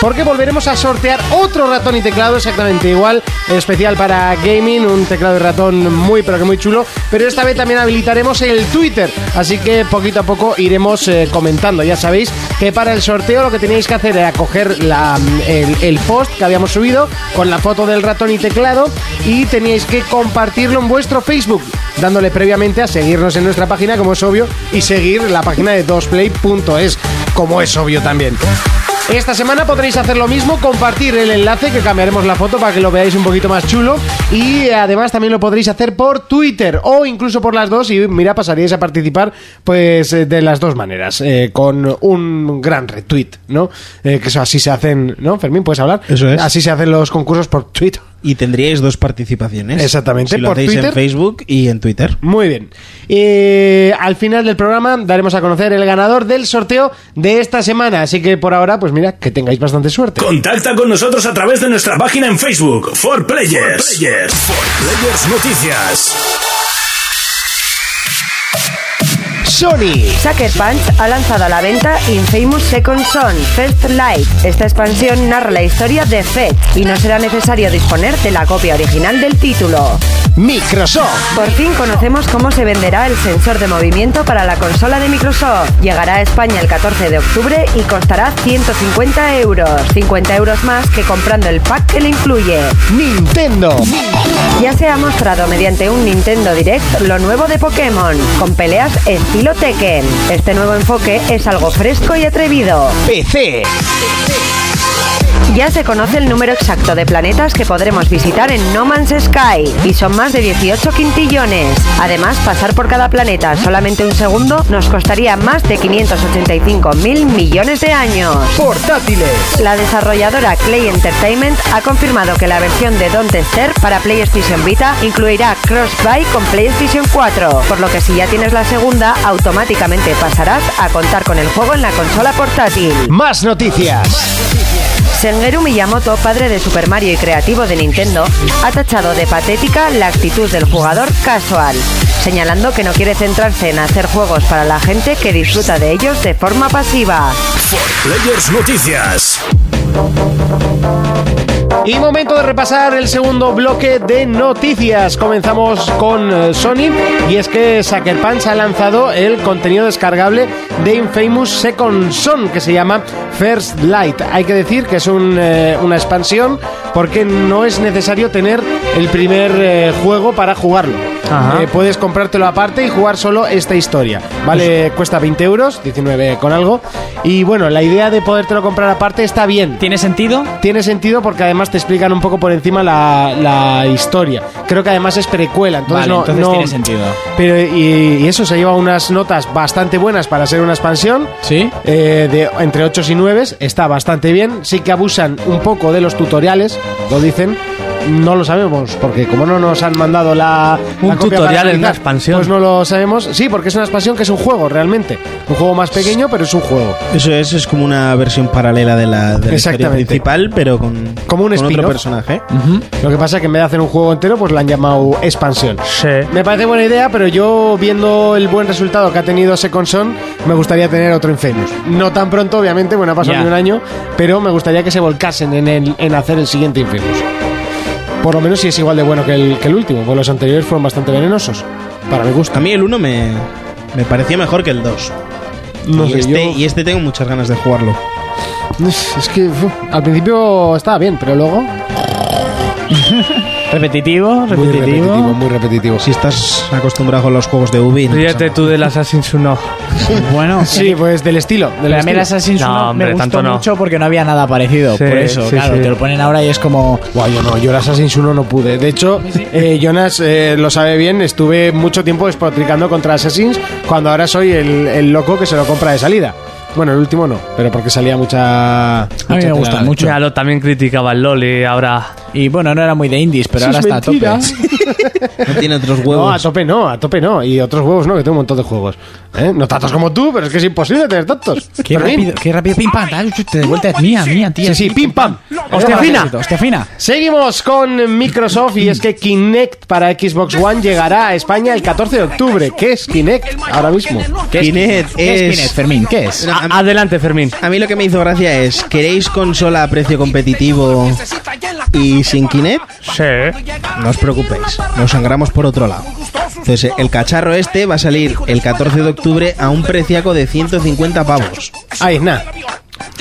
porque volveremos a sortear otro ratón y teclado exactamente igual, especial para gaming, un teclado y ratón muy pero que muy chulo, pero esta vez también habilitaremos el Twitter, así que poquito a poco iremos eh, comentando, ya sabéis que para el sorteo lo que tenéis que hacer era coger la, mm, el, el post que habíamos subido con la foto del ratón y teclado y teníais que compartirlo en vuestro Facebook, dándole previamente a seguirnos en nuestra página como es obvio y seguir la página de dosplay.es como es obvio también. Esta semana podréis hacer lo mismo, compartir el enlace, que cambiaremos la foto para que lo veáis un poquito más chulo. Y eh, además también lo podréis hacer por Twitter o incluso por las dos. Y mira, pasaríais a participar pues eh, de las dos maneras, eh, con un gran retweet, ¿no? Eh, que eso así se hacen, ¿no? Fermín, ¿puedes hablar? Eso es. Así se hacen los concursos por Twitter. y tendríais dos participaciones. Exactamente, Si lo por hacéis Twitter. en Facebook y en Twitter. Muy bien. Eh, al final del programa daremos a conocer el ganador del sorteo de esta semana. Así que por ahora, pues mira, que tengáis bastante suerte. Contacta con nosotros a través de nuestra página en Facebook, For Players. For Players. Noticias. Sony. Sucker Punch ha lanzado a la venta Infamous Second Son First Light. Esta expansión narra la historia de Fetch y no será necesario disponer de la copia original del título. Microsoft. Por fin conocemos cómo se venderá el sensor de movimiento para la consola de Microsoft. Llegará a España el 14 de octubre y costará 150 euros, 50 euros más que comprando el pack que le incluye. Nintendo. Ya se ha mostrado mediante un Nintendo Direct lo nuevo de Pokémon, con peleas estilo Tekken. Este nuevo enfoque es algo fresco y atrevido. PC. Ya se conoce el número exacto de planetas que podremos visitar en No Man's Sky y son más de 18 quintillones. Además, pasar por cada planeta solamente un segundo nos costaría más de 585 mil millones de años. Portátiles. La desarrolladora Clay Entertainment ha confirmado que la versión de Don't Esther para PlayStation Vita incluirá Cross-Buy con PlayStation 4, por lo que si ya tienes la segunda, automáticamente pasarás a contar con el juego en la consola portátil. Más noticias. Sengeru Miyamoto, padre de Super Mario y creativo de Nintendo, ha tachado de patética la actitud del jugador casual, señalando que no quiere centrarse en hacer juegos para la gente que disfruta de ellos de forma pasiva. Players Noticias. Y momento de repasar el segundo bloque de noticias. Comenzamos con eh, Sony y es que Sucker Punch ha lanzado el contenido descargable de Infamous Second Son que se llama First Light. Hay que decir que es un, eh, una expansión porque no es necesario tener el primer eh, juego para jugarlo. Ajá. Eh, puedes comprártelo aparte y jugar solo esta historia. Vale, cuesta 20 euros, 19 con algo. Y bueno, la idea de podértelo comprar aparte está bien ¿Tiene sentido? tiene sentido porque además te explican un poco por encima la, la historia. Creo que además es precuela, entonces Vale, no. entonces no- tiene sentido. Pero y, y eso se lleva unas notas bastante buenas para ser una expansión. ¿Sí? eh, de entre 8 y 9 está bastante bien. Sí que abusan un poco de los tutoriales, lo dicen. No lo sabemos, porque como no nos han mandado la. Un la copia para tutorial en analizar, una expansión. Pues no lo sabemos. Sí, porque es una expansión que es un juego realmente. Un juego más pequeño, pero es un juego. Eso es, es como una versión paralela de la, de la historia Exactamente. principal, pero con, Como un con spin-off. otro personaje. Lo que pasa es que en vez de hacer un juego entero, pues la han llamado expansión. Sí. Me parece buena idea, pero yo viendo el buen resultado que ha tenido Second Son, me gustaría tener otro Infamous. No tan pronto, obviamente, bueno, ha pasado Ya. ni un año, pero me gustaría que se volcasen en, el- en hacer el siguiente Infamous. Por lo menos si es igual de bueno que el, que el último, pues los anteriores fueron bastante venenosos. Para mi gusto. A mí el 1 me, me parecía mejor que el 2. No y, sé, este, yo- y este tengo muchas ganas de jugarlo. Es que uf, al principio estaba bien, pero luego... Repetitivo, repetitivo. muy repetitivo. Si estás acostumbrado con los juegos de Ubi. no Ríete pasa tú del Assassin's Uno. *laughs* Bueno, Sí, pues del estilo. Del Pero a mí el estilo. Assassin's No, Creed hombre, me gustó tanto no. mucho porque no había nada parecido. Sí, por eso, sí, claro, sí. te lo ponen ahora y es como. Buah, yo no, yo el Assassin's 1 no pude. De hecho, eh, Jonas eh, lo sabe bien, estuve mucho tiempo despotricando contra Assassin's cuando ahora soy el, el loco que se lo compra de salida. Bueno, el último no, pero porque salía mucha... A A mí me gustan mucho. Ya lo también criticaba el Loli ahora. Y bueno, no era muy de indies, pero ahora está a tope. nada. No tiene otros No, a huevos. tope no, a tope no. Y otros huevos no, que tengo un montón de juegos. ¿Eh? No tantos como tú, pero es que es imposible tener tantos. *laughs* *laughs* Qué Fermín. rápido, qué rápido, pim pam, dale, te devueltas mía, mía, tía. Sí, sí, pim pam. Hostia fina. fina, hostia fina. Seguimos con Microsoft y es que Kinect para Xbox One llegará a España el 14 de octubre. ¿Qué es Kinect ahora mismo? ¿Qué Kinect ¿Qué es es- Kinect, Fermín? ¿Qué es? A- A- adelante, Fermín. A mí lo que me hizo gracia es, ¿queréis consola a precio competitivo y sin Kinect? Sí. No os preocupéis, nos sangramos por otro lado. Entonces, eh, el cacharro este va a salir el 14 de octubre a un preciaco de 150 pavos. Ahí, nada.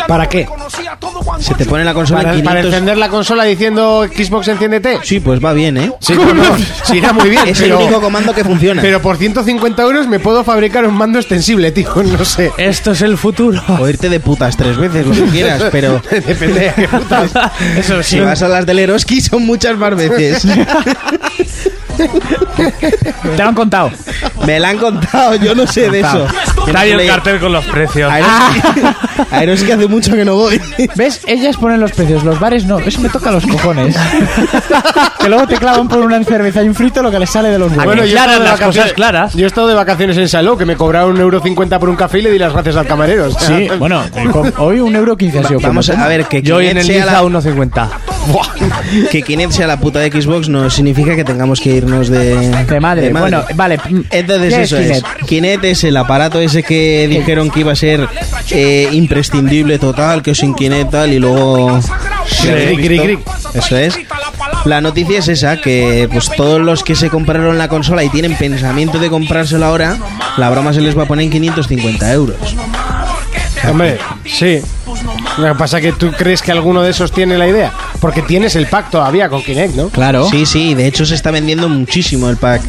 ¿Para qué? Se te pone la consola Para, en para 500... encender la consola diciendo Xbox enciéndete. Sí, pues va bien, ¿eh? Sí, no, no, sí, irá muy bien. *laughs* Es pero, el único comando que funciona. pero por 150 euros me puedo fabricar un mando extensible, tío. *laughs* No sé. Esto es *laughs* el futuro. O irte de putas tres veces, lo que quieras, pero... *laughs* Depende de qué putas. Eso Si vas a las del Eroski son muchas más veces. Te lo han contado. Me la han contado, yo no sé de eso. Está ahí el cartel con los precios. A Eroski, a Eroski hace mucho que no voy. ¿Ves? Ellas ponen los precios, los bares no. Eso me toca los *laughs* cojones. que luego te clavan por una cerveza y un frito lo que les sale de los huevos. Bueno, he claras estado de las vacaciones- cosas claras. Yo he estado de vacaciones en Saló, que me cobraron un euro cincuenta por un café y le di las gracias al *laughs* camarero. o sea. pues, Sí, bueno, eh, con- hoy un euro quince ha sido. Vamos como- a ver, que Yo hoy en Kinect el sea Liza la- 1.50. que Kinect sea la puta de Xbox no significa que tengamos que irnos de, de madre. Bueno, vale. Entonces ¿qué es eso es. Kinect? Kinect es el aparato ese que dijeron que iba a ser eh, imprescindible total, que sin Kinect tal, y luego... Sí, Cric, cric, cric. Eso es. La noticia es esa, que pues todos los que se compraron la consola y tienen pensamiento de comprársela ahora, la broma se les va a poner en 550 euros. Hombre, sí. Lo que pasa es que tú crees que alguno de esos tiene la idea. Porque tienes el pack todavía con Kinect, *laughs* ¿no? Claro. Sí, sí, de hecho se está vendiendo muchísimo el pack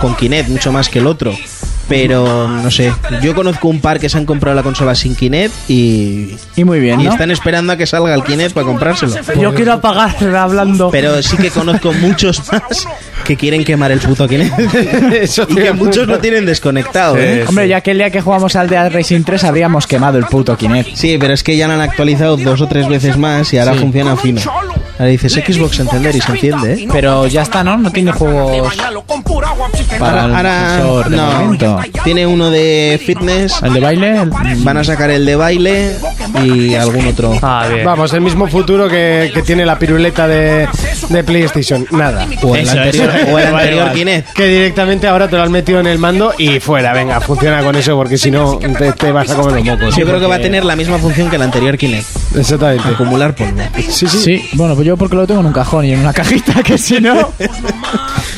con Kinect, mucho más que el otro. Pero no sé, yo conozco un par que se han comprado la consola sin Kinect y, y muy bien. Y ¿no? están esperando a que salga el Kinect para comprárselo. Yo quiero apagar hablando. Pero sí que conozco muchos más que quieren quemar el puto Kinect. *laughs* y que muchos lo tienen desconectado, ¿eh? Hombre, ya aquel día que jugamos al Dead Racing 3 habríamos quemado el puto Kinect. Sí, pero es que ya lo han actualizado dos o tres veces más y ahora Sí. funciona fino. Ahora dices Xbox encender y se enciende, ¿eh? Pero ya está, ¿no? No tiene juegos para el Ahora, sensor de no, movimiento. tiene uno de fitness. ¿El de baile? El- Van a sacar el de baile y algún otro. Ah, bien. Vamos, el mismo futuro que, que tiene la piruleta de, de PlayStation. Nada. O el anterior, *laughs* o el anterior Kinect. Que directamente ahora te lo han metido en el mando y fuera, venga, funciona con eso porque si no te, te vas a comer los mocos. Yo creo que va a tener la misma función que el anterior Kinect. Exactamente. Acumular polvo. Sí, sí. Sí, bueno, pues yo porque lo tengo en un cajón y en una *laughs* cajita, que si no...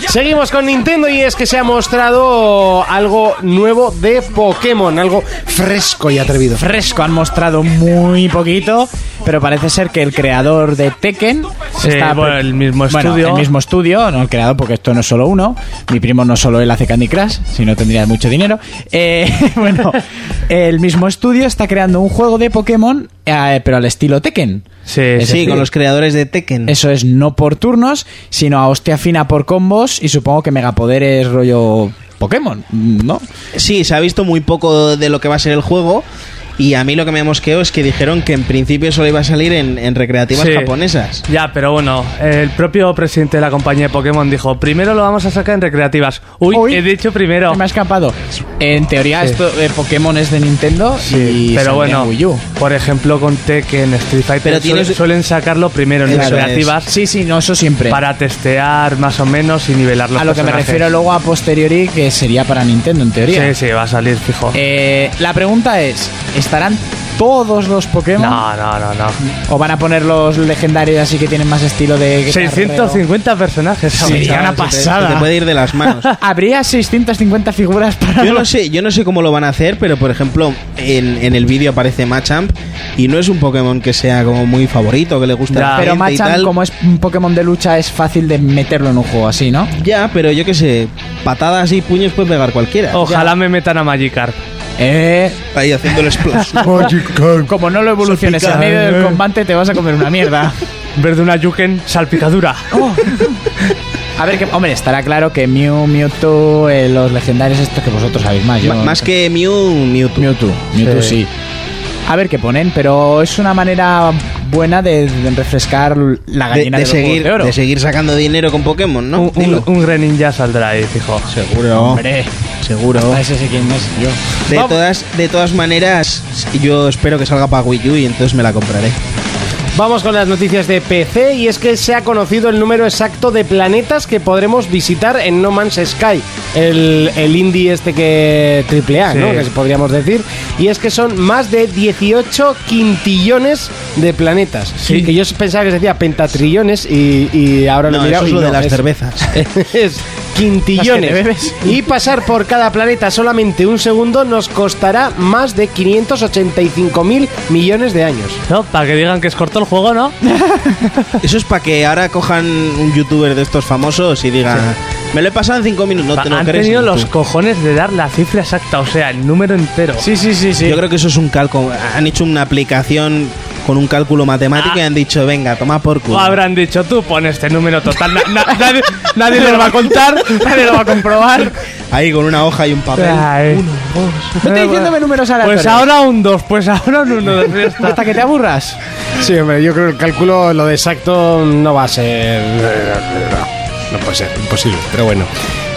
Seguimos con Nintendo y es que se ha mostrado algo nuevo de Pokémon, algo Fresco y atrevido. fresco, han mostrado muy poquito, pero parece ser que el creador de Tekken Sí, bueno, el mismo Bueno, estudio. el mismo estudio, no el creador, porque esto no es solo uno. Mi primo no solo él hace Candy Crush, si no tendría mucho dinero. Eh, *laughs* bueno, el mismo estudio está creando un juego de Pokémon, eh, pero al estilo Tekken. Sí, Es sí. Sí, con los creadores de Tekken. Eso es no por turnos, sino a hostia fina por combos y supongo que megapoderes rollo Pokémon, ¿no? Sí, se ha visto muy poco de lo que va a ser el juego. Y a mí lo que me mosqueó es que dijeron que en principio solo iba a salir en, en recreativas Sí. japonesas. Ya, pero bueno, el propio presidente de la compañía de Pokémon dijo, primero lo vamos a sacar en recreativas. Uy, Uy. he dicho primero. Se me ha escapado. En teoría, esto de Pokémon es de Nintendo y saldría pero en bueno, Wii U. por ejemplo, con Tekken, Street Fighter, Pero suelen- tienes- suelen sacarlo primero en Eso es. recreativas Sí, sí, no, eso siempre. para testear más o menos y nivelar los a lo que me personajes. refiero luego a posteriori, que sería para Nintendo en teoría. Sí, sí, va a salir fijo. Eh, la pregunta es, ¿estarán todos los Pokémon? No, no, no, no. ¿O van a poner los legendarios así que tienen más estilo de... guitarreo? 650 personajes. Sería una chaval. Se te pasada. puede ir de *laughs* las manos. Habría 650 figuras para... Yo no los- sé, yo no sé cómo lo van a hacer, pero por ejemplo, en, en el vídeo aparece Machamp y no es un Pokémon que sea como muy favorito, que le gusta Ya. a la Pero gente y Machamp, tal. como es un Pokémon de lucha, es fácil de meterlo en un juego así, ¿no? Ya, pero yo qué sé, patadas y puños puede pegar cualquiera. Ojalá me metan a Magikarp. Eh... Ahí haciendo el splash. Como no lo evoluciones en medio del combate, te vas a comer una mierda. En vez de una Yuken, salpicadura. Oh, A ver, que, hombre, estará claro que Mew, Mewtwo, eh, los legendarios estos que vosotros sabéis más. Yo, Ma- Más que Mew, Mewtwo. Mewtwo. Mewtwo sí. A ver qué ponen, pero es una manera buena de, de refrescar la De, gallina de de, los huevos seguir, de oro. de seguir sacando dinero con Pokémon, ¿no? Un, un, Dilo. un Greninja saldrá ahí, fijo. Seguro, Hombre, seguro. hasta ese sé quién es yo. De todas, de todas maneras, yo espero que salga para Wii U y entonces me la compraré. Vamos con las noticias de PC y es que se ha conocido el número exacto de planetas que podremos visitar en No Man's Sky, el, el indie este que triple A, Sí. ¿no? Que podríamos decir. Y es que son más de 18 quintillones de planetas. Sí. Que yo pensaba que se decía pentatrillones y, y ahora lo No, he mirado eso es y lo de no, las es- cervezas. *laughs* es Las que te quintillones. bebes. Y pasar por cada planeta solamente un segundo nos costará más de 585 mil millones de años. ¿No? Para que digan que es corto el juego, ¿no? Eso es para que ahora cojan un youtuber de estos famosos y diga, me lo he pasado en 5 minutos, no te lo Han crees. tenido ni los tú". cojones de dar la cifra exacta, o sea, el número entero. Sí, sí, sí, sí. Yo creo que eso es un calco. Han hecho una aplicación con un cálculo matemático Ah. y han dicho, venga, toma por O culo. habrán dicho, tú pon este número total. na- na- nadie, nadie lo va a contar, nadie lo va a comprobar. Ahí con una hoja y un papel. Ay. Vete diciéndome números aleatorios. Pues ahora un 2, pues ahora un 1, Hasta que te aburras. Sí, hombre, yo creo que el cálculo, lo de exacto, no va a ser. No puede ser, imposible, pero bueno.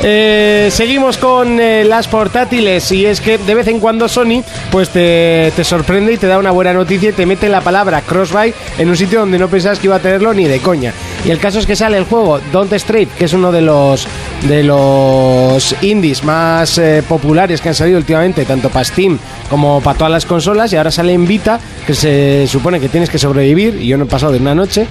Eh, seguimos con eh, las portátiles y es que de vez en cuando Sony pues te, te sorprende y te da una buena noticia y te mete la palabra crossbuy en un sitio donde no pensabas que iba a tenerlo ni de coña. Y el caso es que sale el juego Don't Straight, que es uno de los de los indies más eh, populares que han salido últimamente, tanto para Steam como para todas las consolas, y ahora sale en Vita, que se supone que tienes que sobrevivir, y yo no he pasado de una *laughs* noche,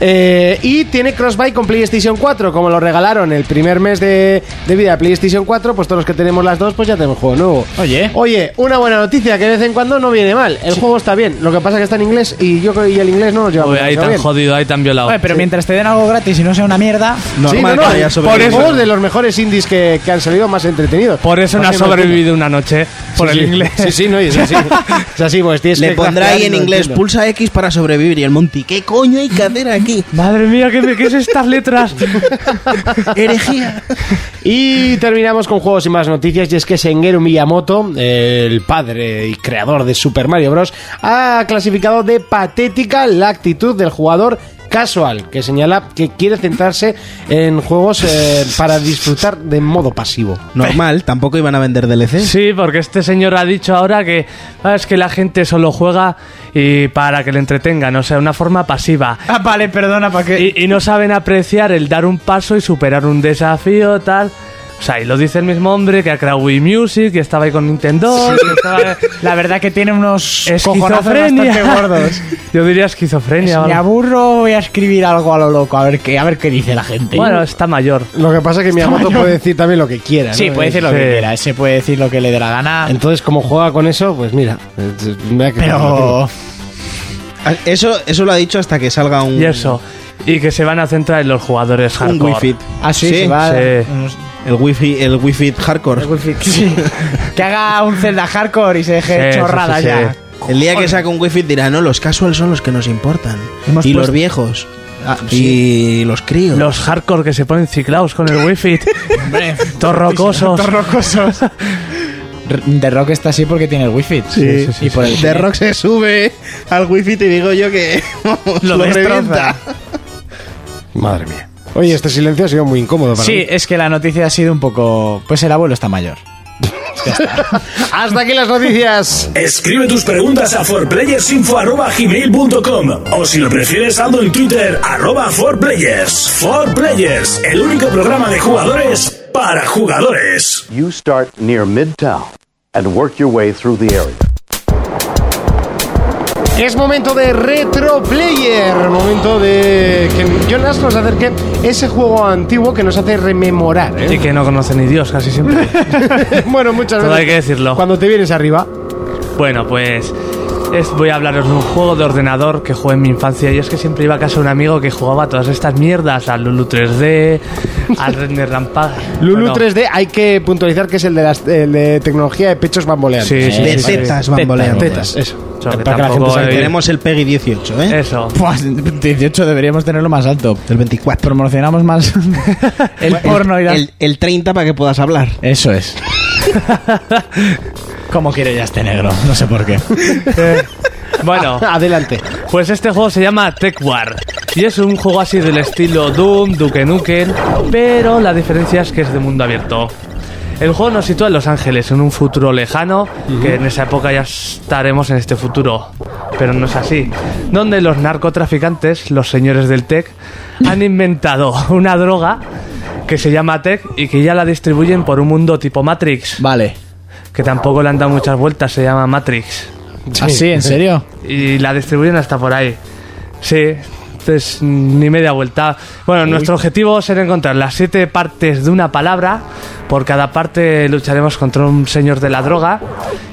Eh, y tiene crossbuy con PlayStation 4, como lo regalaron el primer mes de, de vida de PlayStation 4, pues todos los que tenemos las dos, pues ya tenemos juego nuevo. Oye. Oye, una buena noticia que de vez en cuando no viene mal. El juego está bien, lo que pasa que está en inglés y yo creo que el inglés no nos lleva Uy, ahí tan jodido, ahí tan violado. Oye, pero mientras te den algo gratis y no sea una mierda. Sí, no, Normal no, que haya por sobrevivido. eso juegos de los mejores indies que, que han salido más entretenidos. Por eso no ha Así me entiendo. sobrevivido una noche, por pues Sí, el sí. inglés. Sí, sí, no, y es así. Es así, pues tienes Le que pondrá craftear ahí y en no inglés, entiendo. pulsa X para sobrevivir. Y el Monty, ¿qué coño hay que hacer aquí? Madre mía, ¿qué, qué es estas letras? Herejía. Y terminamos con juegos y más noticias, y es que Sengeru Miyamoto, eh, el padre y creador de Super Mario Bros., ha clasificado de patética la actitud del jugador casual, que señala que quiere centrarse en juegos eh, para disfrutar de modo pasivo. Normal, tampoco iban a vender DLC. Sí, porque este señor ha dicho ahora que "Ah, es que la gente solo juega y para que le entretengan, o sea, una forma pasiva. *laughs* Ah, vale, perdona, ¿para qué? Y, y no saben apreciar el dar un paso y superar un desafío, tal. O sea, y lo dice el mismo hombre que ha creado Wii Music, que estaba ahí con Nintendo, que *laughs* estaba... La verdad que tiene unos cojonazos bastante Esquizofrenia. *laughs* gordos. *laughs* Yo diría esquizofrenia. o Me algo. aburro, voy a escribir algo a lo loco, a ver qué, a ver qué dice la gente. Bueno, está mayor. Lo que pasa es que Miyamoto puede decir también lo que quiera. sí, ¿no? puede decir lo que Sí. quiera, se puede decir lo que le dé la gana. Entonces, como juega con eso, pues mira. eh, mira que- Pero Ah, Eso, eso lo ha dicho hasta que salga Mm. un, Y eso. Y que se van a centrar en los jugadores un hardcore. Wii Fit. Ah, sí, se va a- sí. unos- El Wi-Fi, el Wi-Fi hardcore. Sí. que haga un Zelda hardcore y se deje Sí, sí, chorrada sí, ya. sí. El día que saca un Wi-Fi dirá, no, los casual son los que nos importan. Hemos y los puesto- viejos. Ah, Y los críos. Los hardcore que se ponen ciclados con el Wii Fit. Hombre, Torrocosos. torrocosos. The Rock está así porque tiene el wifi. Sí, y por el The Rock se sube al Wi-Fi y digo yo que vamos, Lo lo, destroza. revienta. Madre mía. Oye, este silencio ha sido muy incómodo para mí. Sí, es que la noticia ha sido un poco. Pues el abuelo está mayor. Hasta aquí las noticias. Escribe tus preguntas a forplayersinfo@gmail.com o si lo prefieres saldo en Twitter arroba forplayers. For Players, el único programa de jugadores para jugadores. You start near Midtown and work your way through the area. Es momento de Retro Player, momento de que Jonas nos acerque ese juego antiguo que nos hace rememorar. ¿eh? *laughs* Y que no conocen ni Dios casi siempre. bueno, muchas Todo veces. hay que decirlo. Cuando te vienes arriba. Bueno, pues es- voy a hablaros de un juego de ordenador que jugué en mi infancia. Y es que siempre iba a casa de un amigo que jugaba a todas estas mierdas: al Lulu 3D, al Render Rampage. Lulu Bueno, 3D, hay que puntualizar que es el de, las, el de tecnología de pechos bamboleantes. ¿Eh? Sí, sí, Eh, De sí, sí. tetas bamboleantes. Tetas, eso. Eso, que Para que la gente tampoco se hay- Tenemos el PEGI 18, ¿eh? Eso. Buah, 18 Pues, deberíamos tenerlo más alto. El 24. Promocionamos *laughs* más el porno y las- el, el 30 para que puedas hablar. Eso *laughs* es. ¿Cómo quiere ya este negro? No sé por qué. Bueno, Adelante. Pues este juego se llama Tech War y es un juego así del estilo Doom, Duke Nukem, pero la diferencia es que es de mundo abierto. El juego nos sitúa en Los Ángeles, en un futuro lejano, que en esa época ya estaremos en este futuro, pero no es así, donde los narcotraficantes, los señores del tech, han inventado una droga que se llama tech y que ya la distribuyen por un mundo tipo Matrix, Vale. que tampoco le han dado muchas vueltas, se llama Matrix. ¿Así? ¿Ah, ¿En serio? Y la distribuyen hasta por ahí. Sí, entonces mm, ni media vuelta. Bueno, nuestro objetivo será encontrar las siete partes de una palabra. Por cada parte lucharemos contra un señor de la droga.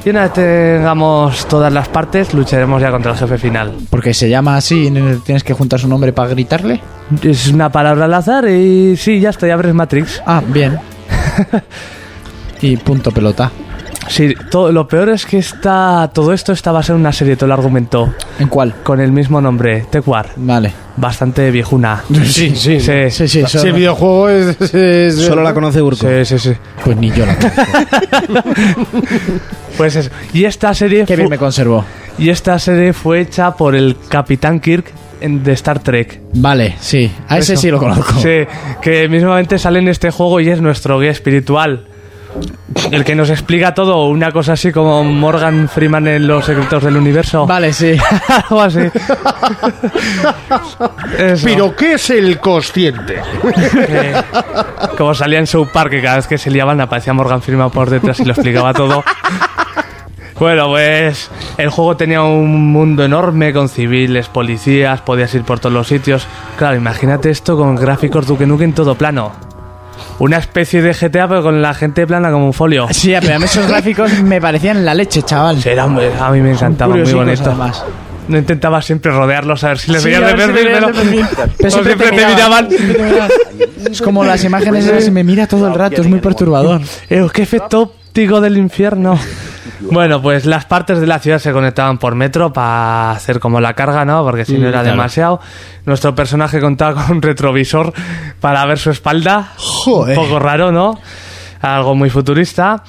Y una vez tengamos todas las partes, lucharemos ya contra el jefe final. Porque se llama así y no tienes que juntar su nombre para gritarle. Es una palabra al *laughs* azar y sí, ya estoy, abres Matrix. Ah, bien. y Ah, punto pelota. Sí, todo, lo peor es que está, todo esto está basado en una serie, todo el argumento. ¿En cuál? Con el mismo nombre, Tecuar. Vale. Bastante viejuna. Sí, sí, Sí, Sí, sí, Ese solo- videojuego es, es- es- Solo la conoce Urco. sí, sí. sí. Pues ni *laughs* yo la conozco. Pues eso. Y esta serie Qué bien fu- me conservó. y esta serie fue hecha por el Capitán Kirk en- de Star Trek. Vale, sí. A ese Eso. sí lo conozco. Sí, que mismamente sale en este juego y es nuestro guía espiritual. El que nos explica todo, una cosa así como Morgan Freeman en Los Secretos del Universo. Vale, sí. *laughs* Algo así. Eso. Pero ¿qué es el consciente? Eh, como salía en South Park, que cada vez que se liaban aparecía Morgan Freeman por detrás y lo explicaba todo. Bueno, pues el juego tenía un mundo enorme con civiles, policías, podías ir por todos los sitios. Claro, imagínate esto con gráficos Duke Nukem en todo plano. Una especie de GTA pero con la gente plana como un folio. *laughs* Sí, pero a mí esos gráficos me parecían la leche, chaval. Era muy- a mí me encantaba, muy Curiosicos, bonito. además. No intentaba siempre rodearlos a ver si les Sí, veías a de ver si me perfil, veías pero, *laughs* de perfil. pero Pero siempre te miraban. siempre te miraban. Es como las imágenes esas se me mira todo el rato, es muy perturbador. Eh, ¡Qué efecto óptico del *laughs* infierno! Bueno, pues las partes de la ciudad se conectaban por metro para hacer como la carga, ¿no? Porque Mm, si no era demasiado. Nuestro personaje contaba con un retrovisor para ver su espalda. Joder. Un poco raro, ¿no? Algo muy futurista.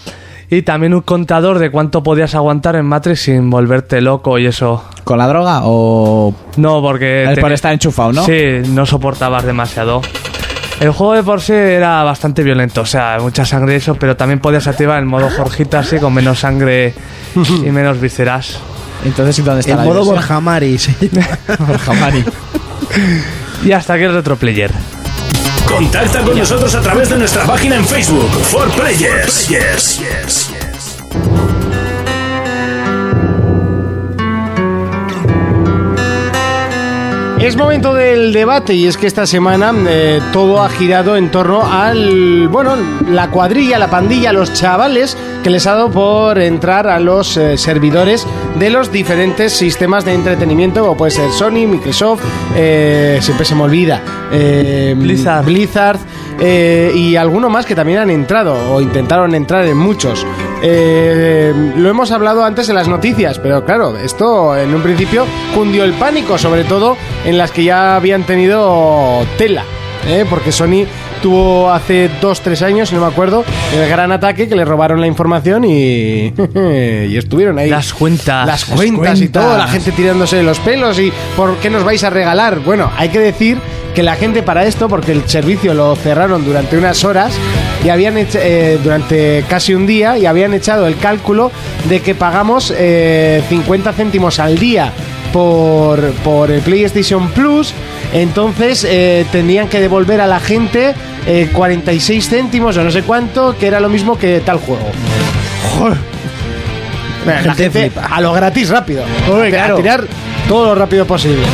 Y también un contador de cuánto podías aguantar en Matrix sin volverte loco y eso. ¿Con la droga o No, porque... Es por teni- estar enchufado, no? Sí, no soportabas demasiado. El juego de por sí era bastante violento, o sea, mucha sangre y eso, pero también podías activar el modo Jorjita así, con menos sangre y menos vísceras. Entonces, ¿dónde está El la modo diversión? Borja Mari, sí. Borja Mari. Y hasta aquí el retroplayer. Contacta con nosotros a través de nuestra página en Facebook, For Players. Players. Es momento del debate y es que esta semana eh, todo ha girado en torno al, bueno, la cuadrilla, la pandilla, los chavales que les ha dado por entrar a los eh, servidores de los diferentes sistemas de entretenimiento, como puede ser Sony, Microsoft, eh, siempre se me olvida, eh, Blizzard. Blizzard eh, y alguno más que también han entrado o intentaron entrar en muchos. Eh, lo hemos hablado antes en las noticias, pero claro, esto en un principio cundió el pánico, sobre todo en las que ya habían tenido tela. ¿eh? porque Sony tuvo hace 2-3 años, si no me acuerdo, el gran ataque que le robaron la información y, *laughs* y estuvieron ahí. Las cuentas. Las cuentas, y cuentas. todo, la gente tirándose de los pelos y ¿por qué nos vais a regalar? Bueno, hay que decir que la gente para esto, porque el servicio lo cerraron durante unas horas y habían hecho, eh, durante casi un día y habían echado el cálculo de que pagamos eh, 50 céntimos al día por, por el PlayStation Plus, entonces eh, tenían que devolver a la gente eh, 46 céntimos o no sé cuánto, que era lo mismo que tal juego. Bueno, la gente a lo gratis rápido. A- a tirar todo lo rápido posible.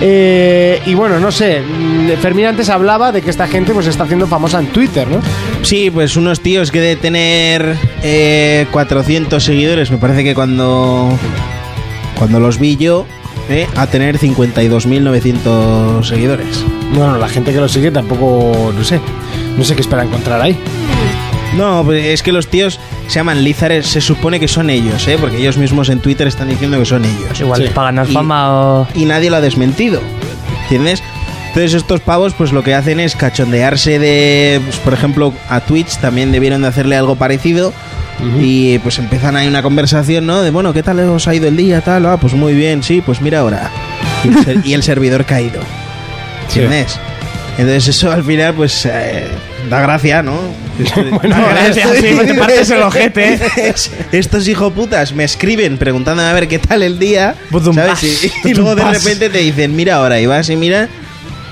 Eh, y bueno, no sé, mm, Fermín antes hablaba de que esta gente pues está haciendo famosa en Twitter, ¿no? Sí, pues unos tíos que de tener eh, 400 seguidores, me parece que cuando, cuando los vi yo, eh, a tener 52.900 seguidores. Bueno, la gente que lo sigue tampoco, no sé, no sé qué espera encontrar ahí. No, pues es que los tíos se llaman Lizares, se supone que son ellos, eh, porque ellos mismos en Twitter están diciendo que son ellos. Igual para ganar Y- fama o... y nadie lo ha desmentido. ¿Entiendes? Entonces estos pavos pues lo que hacen es cachondearse de, pues, por ejemplo, a Twitch también debieron de hacerle algo parecido. Y pues empiezan ahí una conversación, ¿no? De, bueno, ¿qué tal os ha ido el día? Tal, ah, pues muy bien, sí, pues mira ahora. Y el, ser- y el servidor caído. ¿Entiendes? Entonces eso al final pues eh, da *laughs* gracia, ¿no? bueno, gracias, sí, te partes el ojete, ¿eh? *laughs* Estos hijoputas me escriben preguntándome a ver qué tal el día. Budum ¿sabes? bas, *laughs* Y, y luego de budum bas. repente te dicen, mira ahora, y vas y mira.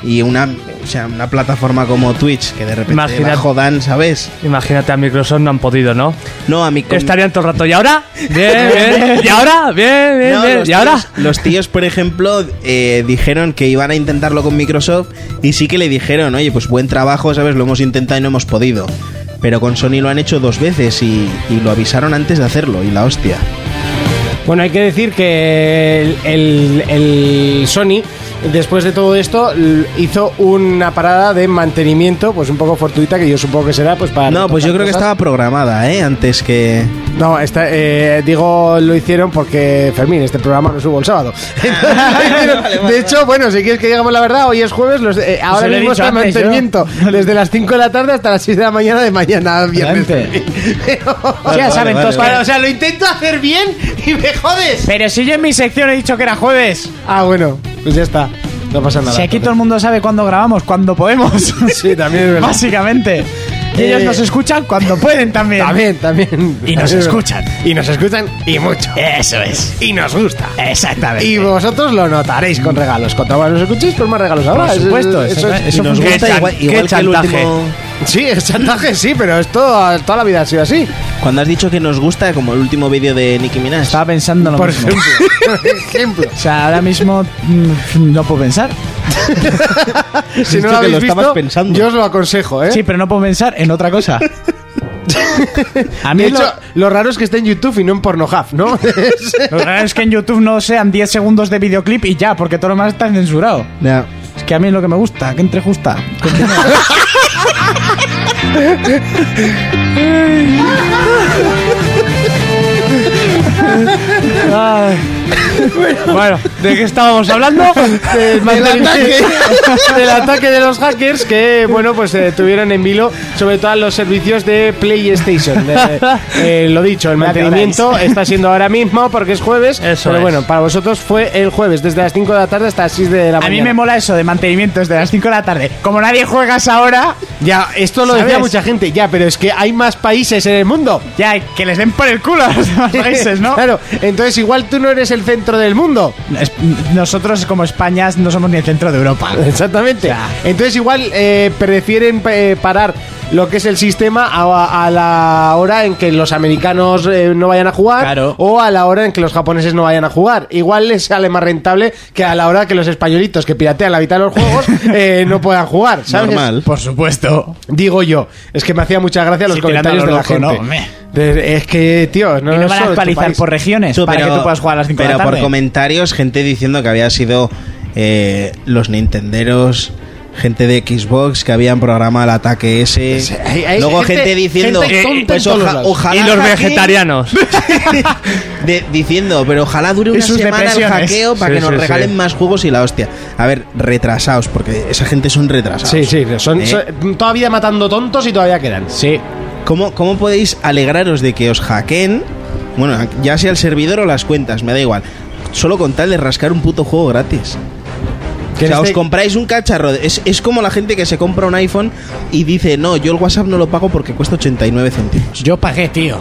Y una, o sea, una plataforma como Twitch, que de repente Imagina- la jodan, ¿sabes? Imagínate, a Microsoft no han podido, ¿no? No, a mi con- Estarían todo el rato, ¿y ahora? Bien, bien, ¿y ahora? Bien, bien, No, bien, los ¿y ahora? tíos- Los tíos, por ejemplo, eh, dijeron que iban a intentarlo con Microsoft y sí que le dijeron, oye, pues buen trabajo, ¿sabes? Lo hemos intentado y no hemos podido. Pero con Sony lo han hecho dos veces y, y lo avisaron antes de hacerlo, y la hostia. Bueno, hay que decir que el, el- el Sony después de todo esto l- hizo una parada de mantenimiento, pues un poco fortuita, que yo supongo que será pues para... No, pues yo creo que cosas. estaba programada, ¿eh? Antes que... No, está, eh, digo, lo hicieron porque Fermín, este programa lo subo el sábado. *laughs* Entonces, lo hicieron- de hecho, bueno, si quieres que digamos la verdad, hoy es jueves, los, eh, ahora lo he mismo dicho está en antes, yo. mantenimiento desde las 5 de la tarde hasta las 6 de la mañana de mañana a viernes. Gente. *laughs* Pero- Ya saben todos Para- que- O sea, lo intento hacer bien y me jodes. *laughs* Pero si yo en mi sección he dicho que era jueves. Ah, bueno, pues ya está. No pasa nada. Si aquí todo el mundo sabe cuándo grabamos, cuando podemos. Sí, también *laughs* es verdad. Básicamente. Y ellos Eh, nos escuchan cuando pueden también. También, también. Y nos También. escuchan. Y nos escuchan y mucho. Eso es. Y nos gusta. Exactamente. Y vosotros lo notaréis con regalos. Cuanto más nos escuchéis, pues más regalos habrá. Por Eso- supuesto, eso es- exacta- eso y nos funciona. gusta chan- igual, qué igual que el chantaje. último... Sí, es chantaje, sí, pero esto toda, toda la vida ha sido *laughs* así. Cuando has dicho que nos gusta, como el último vídeo de Nicki Minaj. Estaba pensando lo Por mismo. ejemplo. Por ejemplo. O sea, ahora mismo mm, no puedo pensar. Si no que lo habéis lo estabas visto, pensando. yo os lo aconsejo, ¿eh? Sí, pero no puedo pensar en otra *laughs* cosa. A mí de lo, hecho, lo raro es que esté en YouTube y no en Pornhub, ¿no? lo raro es que en YouTube no sean 10 segundos de videoclip y ya, porque todo lo demás está censurado. *laughs* Ya. Es que a mí es lo que me gusta, que entre justa. *laughs* Bueno, ¿de qué estábamos *laughs* hablando? *laughs* del ataque. del ataque de los hackers que, bueno, pues eh, tuvieron en vilo sobre todo a los servicios de PlayStation. Eh, eh, lo dicho, el mantenimiento está siendo ahora mismo porque es jueves. Eso pero es. bueno, para vosotros fue el jueves, desde las 5 de la tarde hasta las 6 de la A mañana. mí me mola eso de mantenimiento desde las 5 de la tarde. Como nadie juegas ahora, Ya, esto lo decía ¿Sabes? mucha gente, ya, pero es que hay más países en el mundo. ya que les den por el culo a los *laughs* demás países, *laughs* ¿no? claro, entonces igual tú no eres el centro del mundo. Es- nosotros como España no somos ni el centro de *laughs* Europa. Exactamente. O sea. Entonces igual eh, prefieren eh, parar lo que es el sistema a, a la hora en que los americanos eh, no vayan a jugar Claro. o a la hora en que los japoneses no vayan a jugar. Igual les sale más rentable que a la hora que los españolitos que piratean la mitad de los juegos *laughs* eh, no puedan jugar, ¿sabes? Normal. Por supuesto. Oh. Digo yo. Es que me hacía mucha gracia los Sí, comentarios de tirando la lo loco, gente. ¿no? Hombre. De- es que, tío, no, y no es van a solo tu actualizar país. por regiones Tú, para que tú puedas jugar a las 5 de la pero tarde. por comentarios, gente diciendo que había sido eh, los nintenderos, gente de Xbox que habían programado el ataque ese. hay- hay Luego gente- gente, diciendo, gente tonta en pues todos oja- lados. ojalá Y los hackeen". vegetarianos. *laughs* De- diciendo, pero ojalá dure una sus semana el depresiones. hackeo para Sí, que nos sí, sí. regalen más juegos y la hostia. A ver, retrasados, porque esa gente son retrasados. Sí, sí, son, Eh. son- todavía matando tontos y todavía quedan. Sí. ¿Cómo, ¿Cómo podéis alegraros de que os hackeen? Bueno, ya sea el servidor o las cuentas, me da igual. Solo con tal de rascar un puto juego gratis. O Que sea, este- os compráis un cacharro. de- Es, es como la gente que se compra un iPhone y dice, no, yo el WhatsApp no lo pago porque cuesta 89 céntimos. Yo pagué, tío.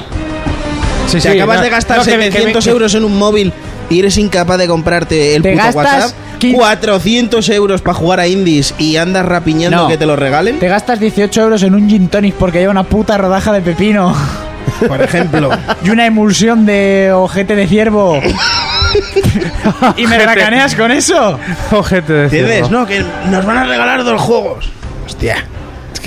Sí, Te sí, acabas no, de gastar no, que me- que me- 700 que- euros en un móvil y eres incapaz de comprarte el Te puto gastas WhatsApp. 15 400 euros para jugar a indies y andas rapiñando No. que te lo regalen. Te gastas 18 euros en un gin tonic porque lleva una puta rodaja de pepino Por ejemplo. y una emulsión de ojete de *laughs* ciervo. y me racaneas con eso. Ojete de ¿Entiendes? ciervo. No, que nos van a regalar dos juegos. Hostia.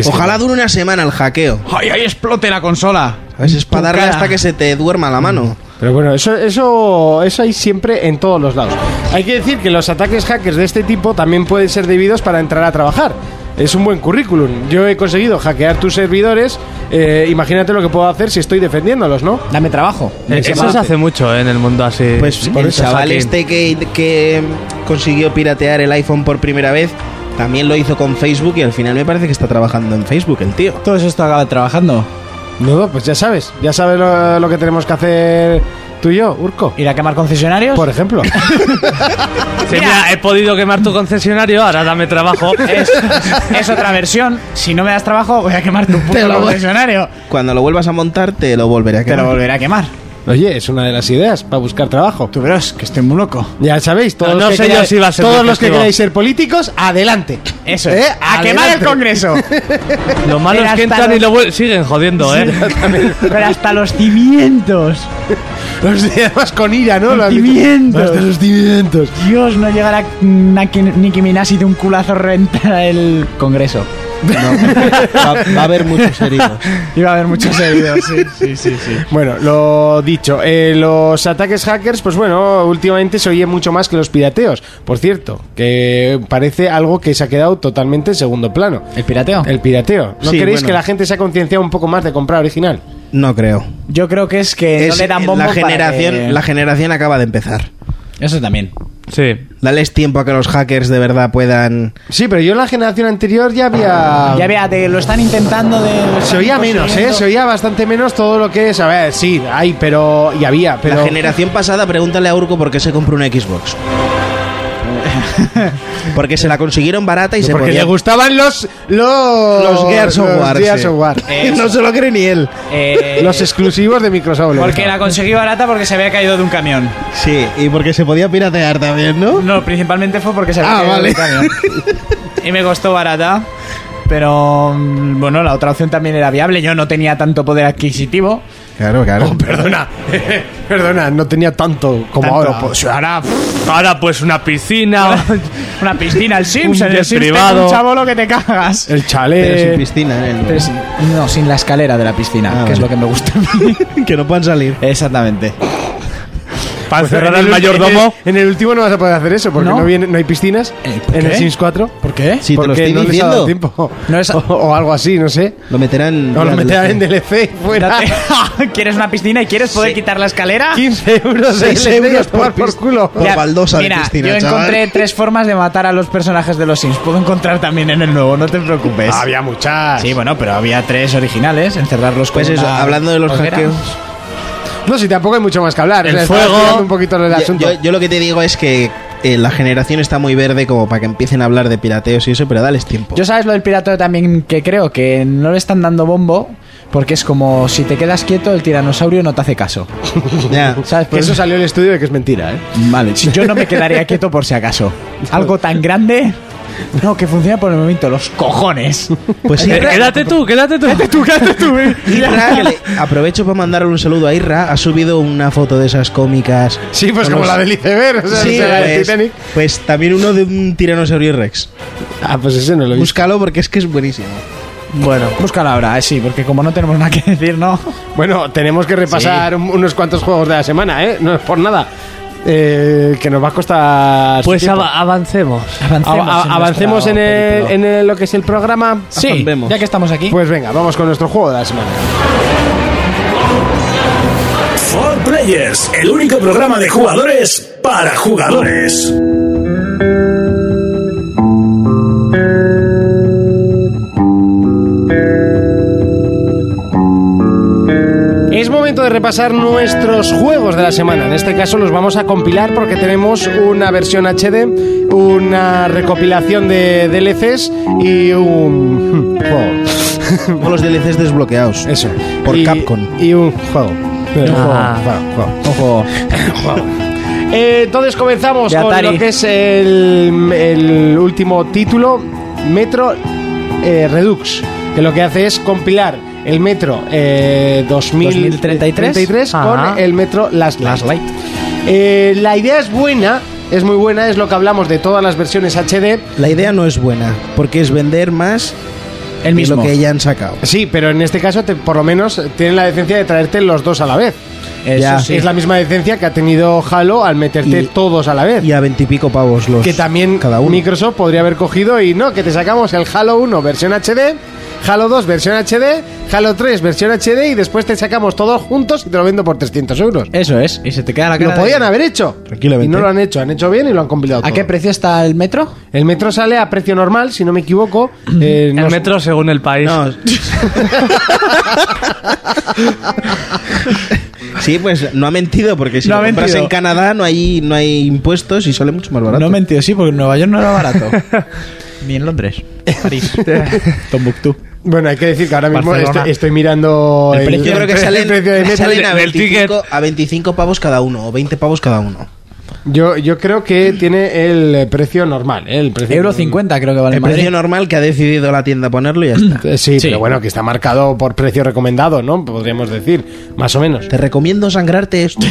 Ojalá dure una semana el hackeo. ¡Ay, ay, explote la consola! ¿Sabes? Es para Tu darle cara. hasta que se te duerma la mano. Pero bueno, eso, eso, eso hay siempre en todos los lados. Hay que decir que los ataques hackers de este tipo también pueden ser debidos para entrar a trabajar. Es un buen currículum. Yo he conseguido hackear tus servidores. eh, imagínate lo que puedo hacer si estoy defendiéndolos, ¿no? Dame trabajo. Eh, Eso se hace mucho eh, en el mundo así. Pues Por el eso chaval hacking. este que, que consiguió piratear el iPhone por primera vez también lo hizo con Facebook y al final me parece que está trabajando en Facebook el tío. Todo esto acaba trabajando. No, pues ya sabes. Ya sabes lo, lo que tenemos que hacer tú y yo, Urco. ¿Ir a quemar concesionarios? Por *laughs* ejemplo. Sí, mira, he podido quemar tu concesionario, ahora dame trabajo. Es, *laughs* es otra versión. Si no me das trabajo, voy a quemar tu puto concesionario. Cuando lo vuelvas a montar te lo volveré a Te quemar. lo volveré a quemar. Oye, es una de las ideas para buscar trabajo. Tú verás que estoy muy loco. Ya sabéis, todos No, los no que sé yo queráis- si va a ser todos muy los que castigo. queráis ser políticos, *laughs* adelante. Eso ¿Eh? es. ¡A quemar el Adelante. Congreso! Lo malo Mira, es que hasta entran y los- lo vuel- siguen jodiendo, ¿eh? *laughs* Pero hasta los cimientos. Los de además con ira, ¿no? Lo has dicho. Sentimientos. Los de los sentimientos. Dios, no llegará Naki- Nicki Minaj y de un culazo reventar el Congreso. *laughs* va, va a haber muchos heridos. Iba a haber muchos heridos, sí, sí, sí. sí. Bueno, lo dicho, eh, los ataques hackers, pues bueno, últimamente se oye mucho más que los pirateos. Por cierto, que parece algo que se ha quedado totalmente en segundo plano. ¿El Ah. pirateo? El pirateo. ¿No Sí, queréis bueno. que la gente se ha concienciado un poco más de comprar original? No creo. Yo creo que es que no Es- le dan bombo la para generación, que- la generación acaba de empezar. Eso también. Sí. Dales tiempo a que los hackers de verdad puedan. Sí, pero yo en la generación anterior ya había... Ya vea, de- lo están intentando de... se oía menos, ¿eh? Se oía bastante menos todo lo que es... A ver, sí, hay, pero... Y había, pero... La generación pasada, pregúntale a Urco por qué se compró una Xbox. *laughs* porque se la consiguieron barata y se porque le podía. gustaban los... Los, Los Gears of War, Los Gears sí. of War. Eh, Eso. no se lo cree ni él. Eh, Los exclusivos de Microsoft. le Porque gustaban. la conseguí barata porque se había caído de un camión. Sí, y porque se podía piratear también, ¿no? No, principalmente fue porque se había Ah, caído de vale. un camión. Y me costó barata. Pero mm, bueno, la otra opción también era viable. Yo no tenía tanto poder adquisitivo. Claro, claro. Perdona, perdona, no tenía tanto como Tanto. ahora. pues, ahora Ahora pues una piscina. Una piscina, el Sims, Un en el jet Sims privado. tengo un chabolo que te cagas. el Pero chalet. sin piscina, ¿eh? Pero sin- no, sin la escalera de la piscina, que Ah, es vale. lo que me gusta a mí. *laughs* que no puedan salir. Exactamente. Para Pues, encerrar En al el- mayordomo. En el, en el último no vas a poder hacer eso porque No. no, viene, no hay piscinas. Eh, ¿por en el qué? Sims 4. ¿Por qué? Sí, Oh, te lo porque estoy no les ha dado diciendo. tiempo. *laughs* No les ha- o, o algo así, no sé. Lo meterán. No lo ya, meterán en DLC. DLC y fuera. *laughs* Date- Ah, ¿Quieres una piscina y quieres poder quitar la escalera? 15 euros, 6 Seis euros euros por, por por pis- culo. por baldosa de mira, piscina, yo chaval. encontré tres formas de matar a los personajes de los Sims. Puedo encontrar también en el nuevo, no te preocupes. Ah, Había muchas. Sí, bueno, pero había tres originales, encerrarlos con Pues eso, una hablando de los hoguera. hackeos. No, si tampoco hay mucho más que hablar. El O sea, estaba fuego. explicando un poquito el Yo- asunto. Yo, yo lo que te digo es que eh, la generación está muy verde como para que empiecen a hablar de pirateos y eso, pero dales tiempo. Yo sabes lo del pirateo también que creo que no le están dando bombo porque es como si te quedas quieto el tiranosaurio no te hace caso. Ya. ¿Sabes? que Pues- eso salió en el estudio de que es mentira, ¿eh? Vale, si yo no me quedaría quieto por si *laughs* acaso. Algo tan grande. No, que funciona por el momento, los cojones. Pues sí, Eh, *laughs* Ra- quédate tú, quédate tú. eh. Ra, que le- *laughs* aprovecho para mandarle un saludo a Irra. Ha subido una foto de esas cómicas. Sí, pues Con como los- la del iceberg. O sea, Sí, o sea, la del pues, Titanic. pues también uno de un tiranosaurio Rex. Ah, pues ese no lo he visto. Búscalo porque es que es buenísimo. Bueno, búscalo ahora, eh, sí, porque como no tenemos nada que decir, ¿no? Bueno, tenemos que repasar un- unos cuantos juegos de la semana, ¿eh? No es por nada. Eh, que nos va a costar. su Pues tiempo. av- avancemos. A- a- avancemos en, el, en el- lo que es el programa. Sí, Avancemos. ya que estamos aquí. Pues venga, vamos con nuestro juego de la semana. For Players, el único programa de jugadores para jugadores. Es momento de repasar nuestros juegos de la semana. En este caso los vamos a compilar porque tenemos una versión HD, una recopilación de DLCs y un *laughs* juego. Con los DLCs desbloqueados. Eso. Por Y- Capcom. Y un juego. Un Ah. juego, juego, juego. Ojo. Eh, entonces comenzamos De con Atari. lo que es el, el último título, Metro eh, Redux, que lo que hace es compilar el Metro eh, 2000 2033. 33 con Ajá. el Metro Last Light. Eh, la idea es buena, es muy buena, es lo que hablamos de todas las versiones HD. La idea no es buena, porque es vender más El de mismo. lo que ya han sacado. Sí, pero en este caso te- por lo menos tienen la decencia de traerte los dos a la vez. Eso Ya. sí. Es la misma decencia que ha tenido Halo al meterte Y- todos a la vez. Y a veintipico pavos los. que también cada uno. Microsoft podría haber cogido y no, que te sacamos el Halo 1 versión HD, Halo 2 versión HD, Halo 3 versión HD y después te sacamos todos juntos y te lo vendo por 300 euros. Eso es. Y se te queda la cara. Lo de- podían haber hecho. Tranquilamente. Y no lo han hecho, han hecho bien y lo han compilado ¿A todo. qué precio está el metro? El metro sale a precio normal, si no me *clears throat* equivoco. eh, no El sé- metro según el país. No. sí, pues no ha mentido porque si No lo ha compras mentido. en Canadá no hay no hay impuestos y sale mucho más barato. No he mentido, sí, porque en Nueva York no era barato. *laughs* Ni en Londres. *laughs* París. Tombuctú. Bueno, hay que decir que ahora mismo Barcelona. estoy, estoy mirando El precio- Yo creo que el salen, precio de metro. salen a, del ticket. 25, a 25 pavos cada uno o 20 pavos cada uno. Yo, yo creo que tiene el eh, precio normal. ¿eh? El precio Euro 50 creo que vale El en Madrid. *laughs* precio normal que ha decidido la tienda ponerlo y ya está. Eh, Sí, Sí. pero bueno, que está marcado por precio recomendado, ¿no? Podríamos decir, más o Eh, menos. Te recomiendo *laughs* sangrarte esto.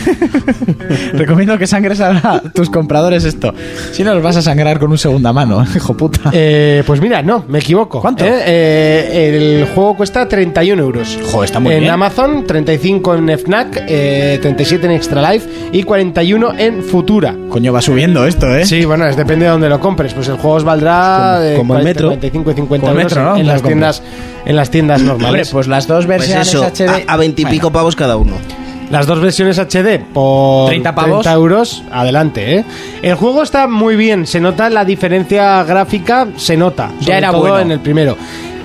Recomiendo que sangres a tus compradores esto. Si no, los vas a sangrar con un segunda mano, *laughs* hijo puta. Eh, pues mira, no, me equivoco. ¿Cuánto? Eh, eh, el juego cuesta 31 euros. Joder, está muy en bien. Amazon, 35 en FNAC, eh, 37 en Extra Life y 41 en Futura. Coño, va subiendo esto, ¿eh? Sí, bueno, es, depende de dónde lo compres. Pues el juego os valdrá eh, como el 40, metro. 45 y 50 Como el euros metro, ¿no? en, Donde las lo compres. tiendas, en las *clears throat* tiendas Hombre, normales. pues las dos Pues versiones eso, HD. a veintipico pavos cada uno. Las dos versiones HD por 30 pavos. euros. Adelante, ¿eh? El juego está muy bien. Se nota la diferencia gráfica, se nota. Sobre era todo bueno. en el primero.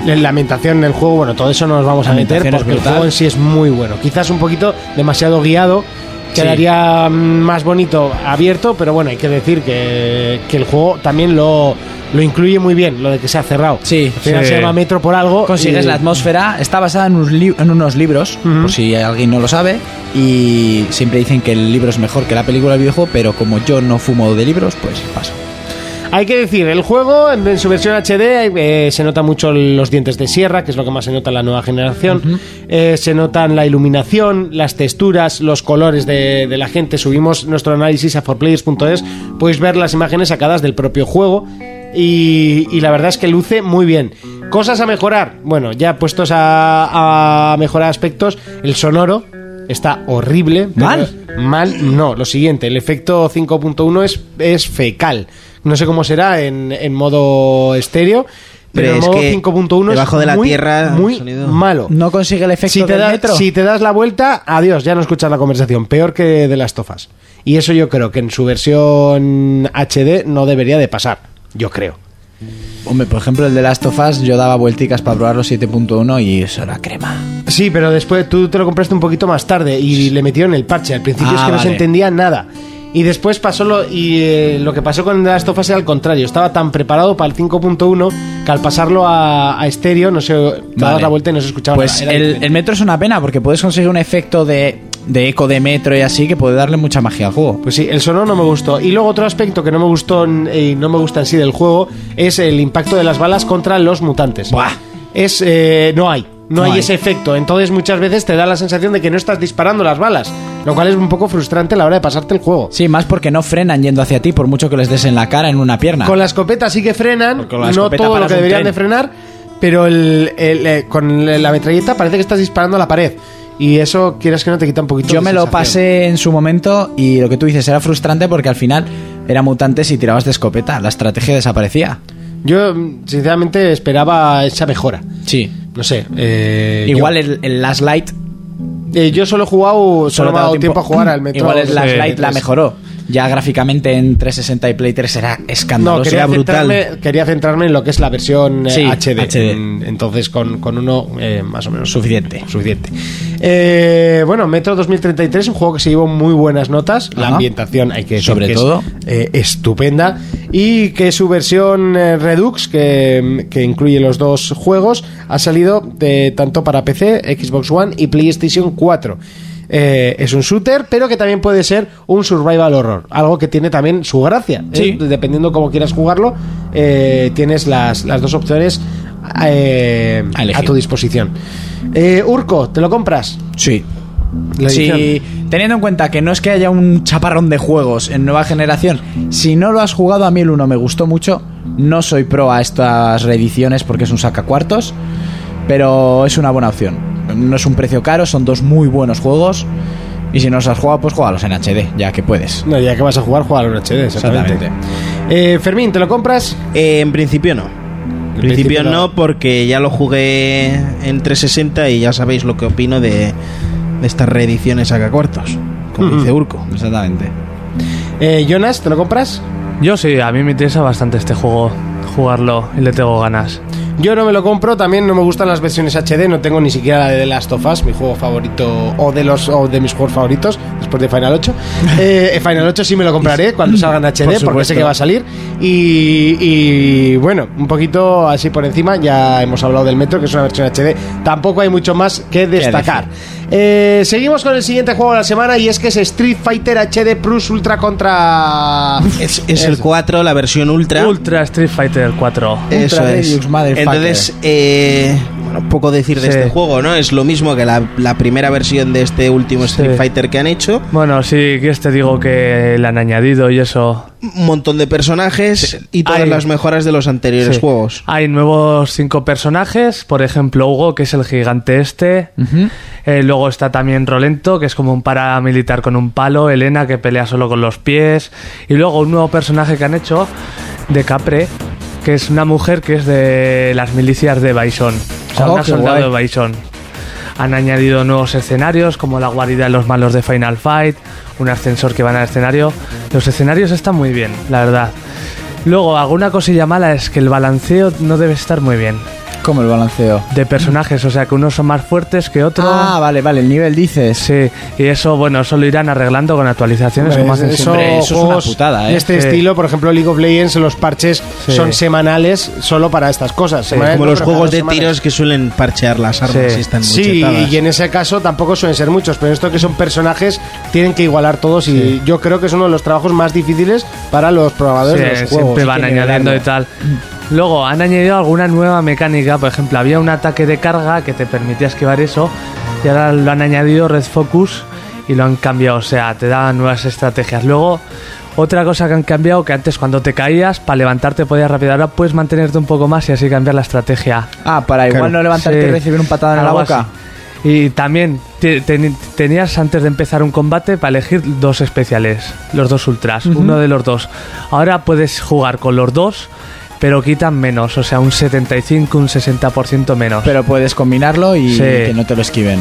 La lamentación del juego, bueno, todo eso no nos vamos a meter Lamentación es porque el brutal. juego en sí es muy bueno. Quizás un poquito demasiado guiado. Sí. Quedaría mm, más bonito abierto, pero bueno, hay que decir que, que el juego también lo, lo incluye muy bien, lo de que se ha cerrado. Sí, Al final sí. se llama Metro por algo. Consigues y- la atmósfera, está basada en, unos li- en unos libros, Ujú. por si alguien no lo sabe, y siempre dicen que el libro es mejor que la película del videojuego, pero como yo no fumo de libros, pues paso. Hay que decir, el juego en en su versión HD eh, se nota mucho los dientes de sierra, que es lo que más se nota en la nueva generación. Eh, se notan la iluminación, las texturas, los colores de, de la gente. Subimos nuestro análisis a forplayers.es. Podéis ver las imágenes sacadas del propio juego. Y, y la verdad es que luce muy bien. Cosas a mejorar. Bueno, ya puestos a, a mejorar aspectos, el sonoro está horrible. pero- Mal. Mal, no. Lo siguiente, el efecto 5.1 es, es fecal. No sé cómo será en, en modo estéreo, pero, Pero en es modo que 5.1 es debajo de la muy, tierra el muy sonido- malo. ¿No consigue el efecto si, te del da- metro? si te das la vuelta, adiós, ya no escuchas la conversación. Peor que de las tofas. Y eso yo creo que en su versión HD no debería de pasar. Yo creo. Hombre, por ejemplo, el de Last of Us, yo daba vuelticas para probar los 7.1 y eso era crema. Sí, pero después tú te lo compraste un poquito más tarde y le metieron el parche. Al principio Ah, es que no se vale. entendía nada. Y después pasó lo, y, eh, lo que pasó con The Last of Us era al contrario. Estaba tan preparado para el 5.1 que al pasarlo a, a estéreo no se daba Vale. la vuelta y no se escuchaba Pues nada. Era el, diferente. el metro es una pena porque puedes conseguir un efecto de, de eco de metro y así que puede darle mucha magia al juego. Pues sí, el sonoro no me gustó. Y luego otro aspecto que no me gustó en- y no me gusta en sí del juego es el impacto de las balas contra los mutantes. Buah. Es eh, no hay, no, No hay, hay. ese efecto. Entonces muchas veces te da la sensación de que no estás disparando las balas, lo cual es un poco frustrante a la hora de pasarte el juego. Sí, más porque no frenan yendo hacia ti por mucho que les des en la cara en una pierna. Con la escopeta sí que frenan, Porque con la no escopeta todo lo paras que un deberían tren. de frenar, pero el, el, eh, con la metralleta parece que estás disparando a la pared. Y eso, quieras que no, te quita un poquito Yo de me lo sensación. pasé en su momento y lo que tú dices era frustrante porque al final eran mutantes y tirabas de escopeta. La estrategia desaparecía. Yo, sinceramente, esperaba esa mejora. Sí. No sé. eh, Igual yo, el, el Last Light. eh, yo solo he jugado, solo te me ha ha dado dado tiempo a jugar al Metro. *clears throat* eh, Igual el Last Sí. Light la mejoró. Ya gráficamente en 360 y Play 3 era No, escandaloso. quería era brutal. centrarme, quería centrarme en lo que es la versión eh, Sí, HD. HD. Mm, Entonces, con, con uno, eh, más o menos. Suficiente. Suficiente. Eh, bueno, Metro 2033, un juego que se llevó muy buenas notas. La Ajá. ambientación, hay que decir Sobre que es, todo. eh, estupenda. Y que su versión eh, Redux, que, que incluye los dos juegos, ha salido de, tanto para PC, Xbox One y PlayStation 4. Eh, es un shooter, pero que también puede ser un survival horror. Algo que tiene también su gracia. ¿eh? Dependiendo cómo quieras jugarlo, eh, tienes las, las dos opciones eh, A a, elegir. tu disposición. Eh, Urco, ¿te lo compras? Sí. La Sí, edición. teniendo en cuenta que no es que haya un chaparrón de juegos en nueva generación, si no lo has jugado, a mí el 1 me gustó mucho. No soy pro a estas reediciones porque es un sacacuartos, pero es una buena opción. No es un precio caro, son dos muy buenos juegos. Y si no los has jugado, pues juegalos en HD, ya que puedes. No, ya que vas a jugar, jugar en HD, exactamente. Exactamente. Eh, Fermín, ¿te lo compras? Eh, en principio no. En principio principio no. no, porque ya lo jugué en 360 y ya sabéis lo que opino de, de estas reediciones acá cuartos, como dice Urco. Exactamente. Eh, Jonas, ¿te lo compras? Yo sí, a mí me interesa bastante este juego, jugarlo y le tengo ganas. Yo no me lo compro, también no me gustan las versiones HD, no tengo ni siquiera la de The Last of Us, mi juego favorito o de los o de mis juegos favoritos después de Final 8. Eh, Final 8 sí me lo compraré cuando salga en HD Por porque sé que va a salir y, y, bueno, un poquito así por encima ya hemos hablado del Metro que es una versión HD, tampoco hay mucho más que destacar. Eh, seguimos con el siguiente juego de la semana y es que es Street Fighter HD Plus Ultra contra Es, es el 4, la versión ultra. Ultra Street Fighter 4. Eso Ultra es. Deluxe, motherfucker. Entonces, eh, bueno, poco decir de Sí. este juego, ¿no? Es lo mismo que la, la primera versión de este último Street Sí. Fighter que han hecho. Bueno, sí, que te digo que le han añadido y eso. Un montón de personajes y todas Hay- las mejoras de los anteriores Sí. juegos. Hay nuevos cinco personajes, por ejemplo Hugo, que es el gigante este. Eh, luego está también Rolento, que es como un paramilitar con un palo. Elena, que pelea solo con los pies. Y luego un nuevo personaje que han hecho de Capre, que es una mujer que es de las milicias de Bison. O sea, Oh, una qué soldado guay. de Bison. Han añadido nuevos escenarios, como la guarida de los malos de Final Fight, un ascensor que van al escenario. Los escenarios están muy bien, la verdad. Luego, alguna cosilla mala es que el balanceo no debe estar muy bien. Como el balanceo. De personajes, o sea que unos son más fuertes que otros. Ah, vale, vale, el nivel dices. Sí, y eso, bueno, eso lo irán arreglando con actualizaciones como hacen Pues Eso, siempre. eso es una juegos putada, ¿eh? De este Sí. estilo, por ejemplo, League of Legends, los parches Sí. son semanales solo para estas cosas. semanales Como no, los pero cada juegos dos de semanas. tiros que suelen parchear las armas Sí. y están Sí, muchetadas. y en ese caso tampoco suelen ser muchos, pero esto que son personajes tienen que igualar todos y yo creo que es uno de los trabajos más difíciles para los Sí, programadores de los juegos. siempre van Hay que añadiendo y nivelarlo. tal. Luego han añadido alguna nueva mecánica, por ejemplo, había un ataque de carga que te permitía esquivar eso, y ahora lo han añadido Red Focus y lo han cambiado, o sea, te dan nuevas estrategias. Luego, otra cosa que han cambiado, que antes cuando te caías, para levantarte podías rápido, ahora puedes mantenerte un poco más y así cambiar la estrategia. Ah, para igual Claro. no levantarte Sí. y recibir un patadón en la Algo boca. así. Y también te- ten- tenías antes de empezar un combate para elegir dos especiales, los dos ultras, uno de los dos. Ahora puedes jugar con los dos, pero quitan menos, o sea, un 75, un 60% menos. Pero puedes combinarlo y Sí. que no te lo esquiven.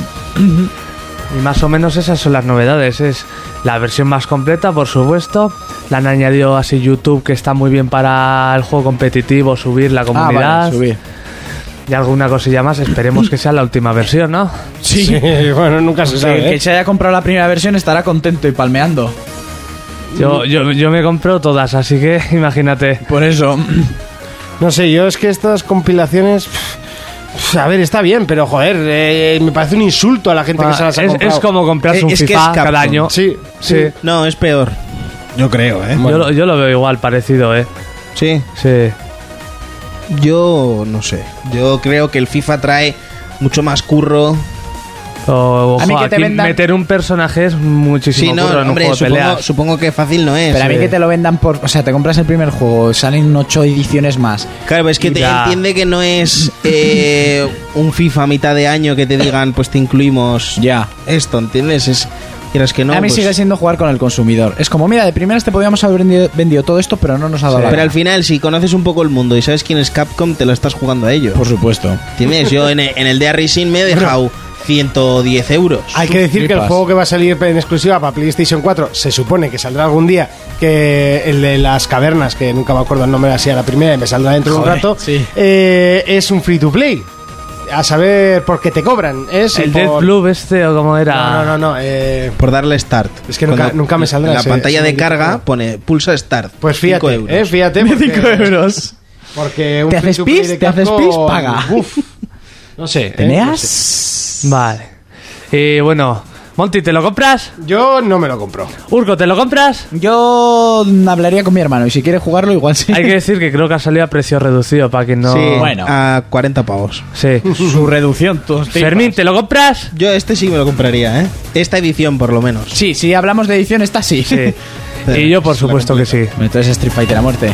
Y más o menos esas son las novedades. Es la versión más completa, por supuesto. La han añadido así YouTube, que está muy bien para el juego competitivo, subir la Ah, comunidad. vale, subir. Y alguna cosilla más, esperemos que sea la última versión, ¿no? Sí, *laughs* bueno, nunca se O sea, sabe. que, ¿eh? que se haya comprado la primera versión estará contento y palmeando. Yo, yo, yo me compro todas, así que *laughs* imagínate. Por eso. No sé, yo es que estas compilaciones. pff, A ver, está bien, pero joder, eh, me parece un insulto a la gente que se Ah, las es, ha comprado. es como comprarse Es- un es que es FIFA Capcom. cada año. Sí, sí. No, es peor. Yo creo, ¿eh? Yo, lo- yo lo veo igual, parecido, ¿eh? Sí. Sí. Yo no sé. Yo creo que el FIFA trae mucho más curro. O, A mí ojo, que te aquí vendan- meter un personaje es Sí, muchísimo no, curro en un hombre, juego de supongo, peleas. supongo que fácil no es. Pero a mí Eh, que te lo vendan por. O sea, te compras el primer juego, salen ocho ediciones más. Claro, es que te Ya. entiende que no es eh, un FIFA a mitad de año que te digan, pues te incluimos Ya. esto, ¿entiendes? Es, quieras que no. a mí pues- sigue siendo jugar con el consumidor. Es como, mira, de primeras te podíamos haber vendido, vendido todo esto, pero no nos ha dado la Pero gana. al final, si conoces un poco el mundo y sabes quién es Capcom, te lo estás jugando a ello. Por supuesto. ¿Entiendes? Yo en el, en el de a Racing me he dejado 110 euros. Hay que decir que el flipas. juego que va a salir en exclusiva para PlayStation 4 se supone que saldrá algún día, que el de las cavernas, que nunca me acuerdo el nombre, así a la primera y me saldrá dentro de Joder, un rato, sí. eh, es un free to play. A saber por qué te cobran. Es El por- Death Blue este o como era. No, no, *laughs* no. no, eh, Por darle start. Es que nunca- nunca me saldrá En la ese- pantalla ese de maldito carga juego. pone pulsa start. pues cinco fíjate, euros. eh, fíjate. Porque, euros. porque un ¿Te haces free-to-play pis? de ¿Te haces Capcom, pis? Paga. uf, no sé. eh, no sé. ¿Tenías? Vale. Y bueno, Monty, ¿te lo compras? Yo no me lo compro. Urco, ¿te lo compras? Yo hablaría con mi hermano y si quiere jugarlo, igual sí. *laughs* Hay que decir que creo que ha salido a precio reducido para quien no. Sí, Bueno. a 40 pavos. Sí. Su reducción, todos Fermín, ¿te lo compras? Yo este sí me lo compraría, ¿eh? Esta edición, por lo menos. Sí, si hablamos de edición, esta sí. Sí. y yo, por supuesto que sí. *laughs* Entonces Street Fighter a muerte.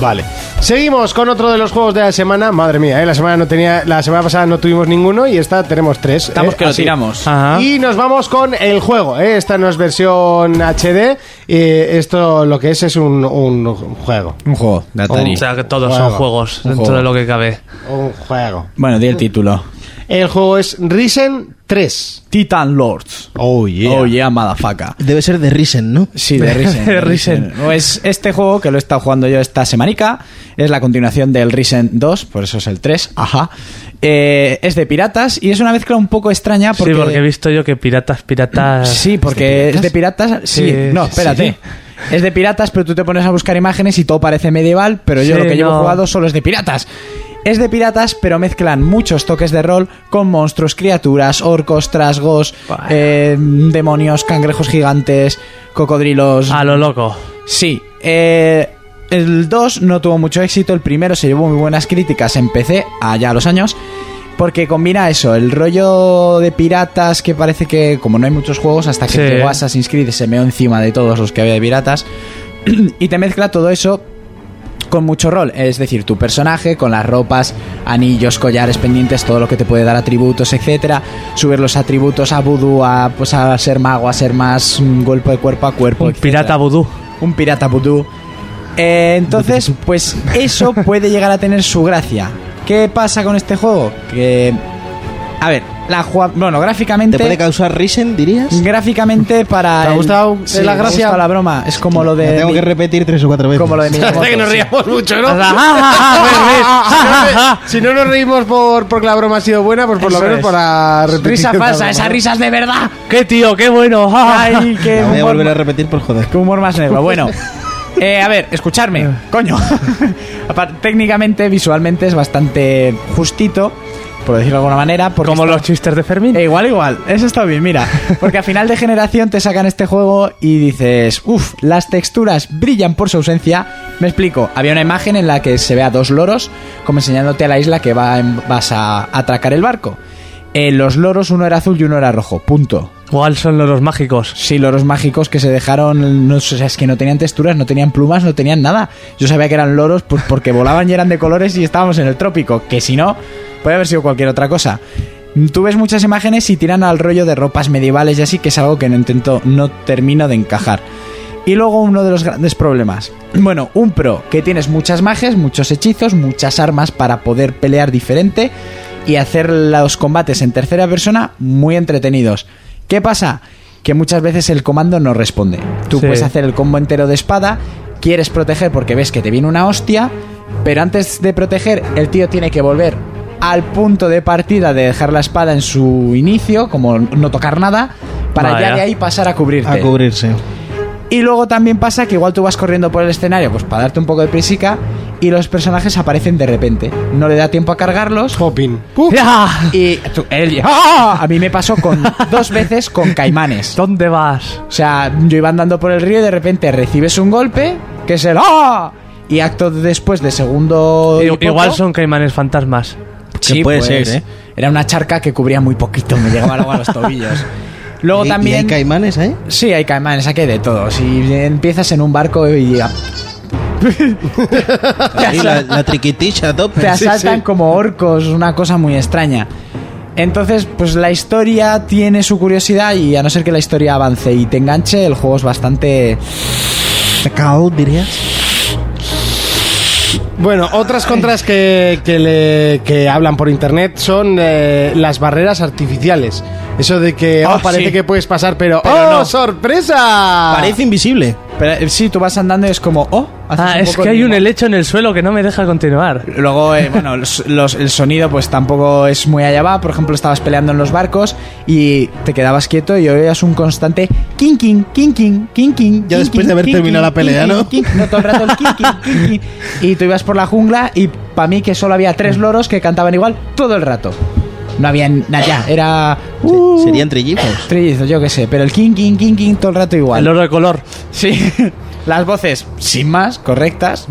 Vale. Seguimos con otro de los juegos de la semana. Madre mía, ¿eh? la semana no tenía, la semana pasada no tuvimos ninguno y esta tenemos tres. Estamos ¿eh? que lo Así. tiramos. Ajá. Y nos vamos con el juego. ¿eh? Esta no es versión HD. eh, esto lo que es es un, un juego. Un juego de Atari. O sea, que todos Juego. son juegos Un dentro Ah, juego. de lo que cabe. Un juego. Bueno, di el título. El juego es Risen 3. Titan Lords. Oh, yeah. Oh yeah, motherfucker. Debe ser de Risen, ¿no? Sí, *laughs* de Risen. de Risen. Pues este juego que lo he estado jugando yo esta semanica es la continuación del Risen 2, por eso es el 3, ajá. Eh, es de piratas y es una mezcla un poco extraña porque... Sí, porque he visto yo que piratas, piratas... Sí, porque es de piratas... Sí, Sí, no, sí, espérate. sí. Es de piratas, pero tú te pones a buscar imágenes y todo parece medieval, pero yo Sí, lo que llevo no. jugado solo es de piratas. Es de piratas, pero mezclan muchos toques de rol con monstruos, criaturas, orcos, trasgos, Buah. eh, demonios, cangrejos gigantes, cocodrilos. A lo loco. Sí, eh, el 2 no tuvo mucho éxito, el primero se llevó muy buenas críticas en PC allá a los años. Porque combina eso, el rollo de piratas que parece que, como no hay muchos juegos, hasta que Sí. llegó Assassin's Creed se meó encima de todos los que había de piratas. *clears throat* y te mezcla todo eso con mucho rol, es decir, tu personaje con las ropas, anillos, collares, pendientes, todo lo que te puede dar atributos, etcétera, subir los atributos a voodoo, a pues a ser mago, a ser más mm, golpe de cuerpo a cuerpo, Un etcétera. pirata vudú. un pirata voodoo. Eh, entonces, pues eso puede llegar a tener su gracia. ¿Qué pasa con este juego? Que a ver, la jua- bueno, gráficamente ¿Te puede causar Risen, dirías? gráficamente para ¿Te ha el- gustado Sí, la me gracia? gusta la broma, es como lo de La tengo que repetir tres o cuatro veces. como lo de *laughs* Miyamoto, Hasta que nos sí. riamos mucho, ¿no? Ah, Si no nos reímos por porque la broma ha sido buena, pues por lo Eso menos es. para repetir. Risa la falsa, broma. esa risa es de verdad. ¡Qué tío, qué bueno! Ay, qué La voy a humor volver a repetir por joder. Qué humor más negro. Bueno, eh, a ver, escucharme, coño. *laughs* Apar- Técnicamente, visualmente es bastante justito, por decirlo de alguna manera. Porque Como está- los chistes de Fermín. Eh, igual, igual. Eso está bien, mira. Porque a final de generación te sacan este juego y dices, uff, las texturas brillan por su ausencia. Me explico. Había una imagen en la que se ve a dos loros como enseñándote a la isla que va en- vas a atracar el barco. Eh, los loros, uno era azul y uno era rojo. Punto. Igual son los mágicos. Sí, loros mágicos que se dejaron, no, sé, o sea, es que no tenían texturas, no tenían plumas, no tenían nada. Yo sabía que eran loros pues, porque volaban y eran de colores y estábamos en el trópico, que si no, puede haber sido cualquier otra cosa. Tú ves muchas imágenes y tiran al rollo de ropas medievales y así, que es algo que no intento, no termino de encajar. Y luego uno de los grandes problemas. Bueno, un pro, que tienes muchas magias, muchos hechizos, muchas armas para poder pelear diferente y hacer los combates en tercera persona muy entretenidos. ¿Qué pasa? Que muchas veces el comando no responde. Tú Sí. puedes hacer el combo entero de espada, quieres proteger porque ves que te viene una hostia, pero antes de proteger el tío tiene que volver al punto de partida de dejar la espada en su inicio, como no tocar nada, para Vaya. ya de ahí pasar a cubrirte. A cubrirse. Y luego también pasa que igual tú vas corriendo por el escenario, pues para darte un poco de prisica, y los personajes aparecen de repente. No le da tiempo a cargarlos. Hopping. ¡Ya! *laughs* Y tú- él- *laughs* ¡Ah! a mí me pasó con *laughs* dos veces con caimanes. ¿Dónde vas? O sea, yo iba andando por el río y de repente recibes un golpe, que es el ¡Ah! Y acto después de segundo. y I- poco- Igual son caimanes fantasmas. Sí, Que puede pues, ser, ¿eh? Era una charca que cubría muy poquito, me llegaba el agua a *laughs* los tobillos. Luego ¿Y- y también. hay *laughs* caimanes, ¿eh? Sí, hay caimanes, aquí hay de todo. Si empiezas en un barco y a- Ahí la, la triquiticha a tope. te *laughs* asaltan como orcos, una cosa muy extraña. Entonces, pues la historia tiene su curiosidad y a no ser que la historia avance y te enganche, el juego es bastante... Cacao, dirías. Bueno, otras contras que, que, le- que hablan por internet son eh, las barreras artificiales. Eso de que Ah, oh, parece sí. que puedes pasar, pero, Pero ¡oh, no. sorpresa! Parece invisible. Ah. Pero eh, sí, tú vas andando y es como... Oh, haces Ah, un es poco que el hay un mismo. helecho en el suelo que no me deja continuar. Luego, eh, bueno, los- los- el sonido pues tampoco es muy allá va. Por ejemplo, estabas peleando en los barcos y te quedabas quieto y oías un constante king king king king king king. Ya después de haber terminado la pelea, ¿no? no todo el rato el king king king king. Y tú ibas por la jungla y para mí que solo había tres loros que cantaban igual todo el rato. No había nada, ya, era uh, Serían trillizos. trillizos, yo qué sé, pero el king king king king todo el rato igual. El oro de color. Sí, *laughs* las voces sin más, correctas.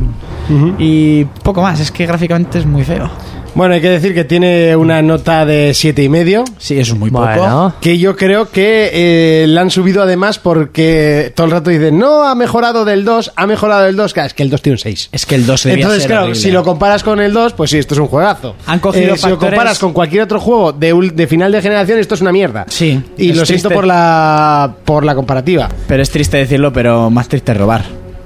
Y poco más, es que gráficamente es muy feo. Bueno, hay que decir que tiene una nota de siete y medio. Sí, eso es muy Bueno. Que yo creo que eh, la han subido además porque todo el rato dicen, no, ha mejorado del 2, ha mejorado del 2. Claro, es que el 2 tiene un 6. Es que el 2 debía Entonces, ser claro, horrible. si lo comparas con el 2, pues sí, esto es un juegazo. Eh, Han cogido Si lo factores- comparas con cualquier otro juego de, ul- de final de generación, esto es una mierda. Sí, Y es lo siento triste. por la, por la comparativa. Pero es triste decirlo, pero más triste es robar.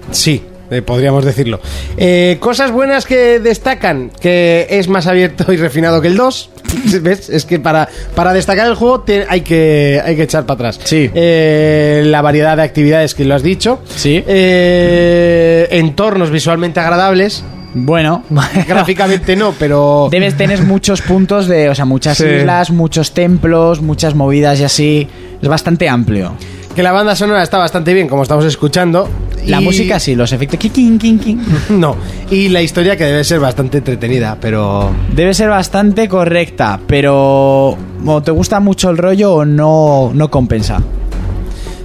Sí, eh, podríamos decirlo. Eh, cosas buenas que destacan, que es más abierto y refinado que el 2. *laughs* ¿Ves? Es que para, para destacar el juego te- hay, que, hay que echar para atrás. Sí. Eh, la variedad de actividades que lo has dicho. Sí. Eh, entornos visualmente *laughs* agradables. Bueno, Gráficamente no, pero. debes tener muchos puntos de, o sea, muchas Sí. islas, muchos templos, muchas movidas y así. Es bastante amplio. Que la banda sonora está bastante bien, como estamos escuchando. La y- música sí, los efectos. ki, kin, kin, kin. *laughs* No. Y la historia que debe ser bastante entretenida, pero. Debe ser bastante correcta, pero o te gusta mucho el rollo o no, no compensa.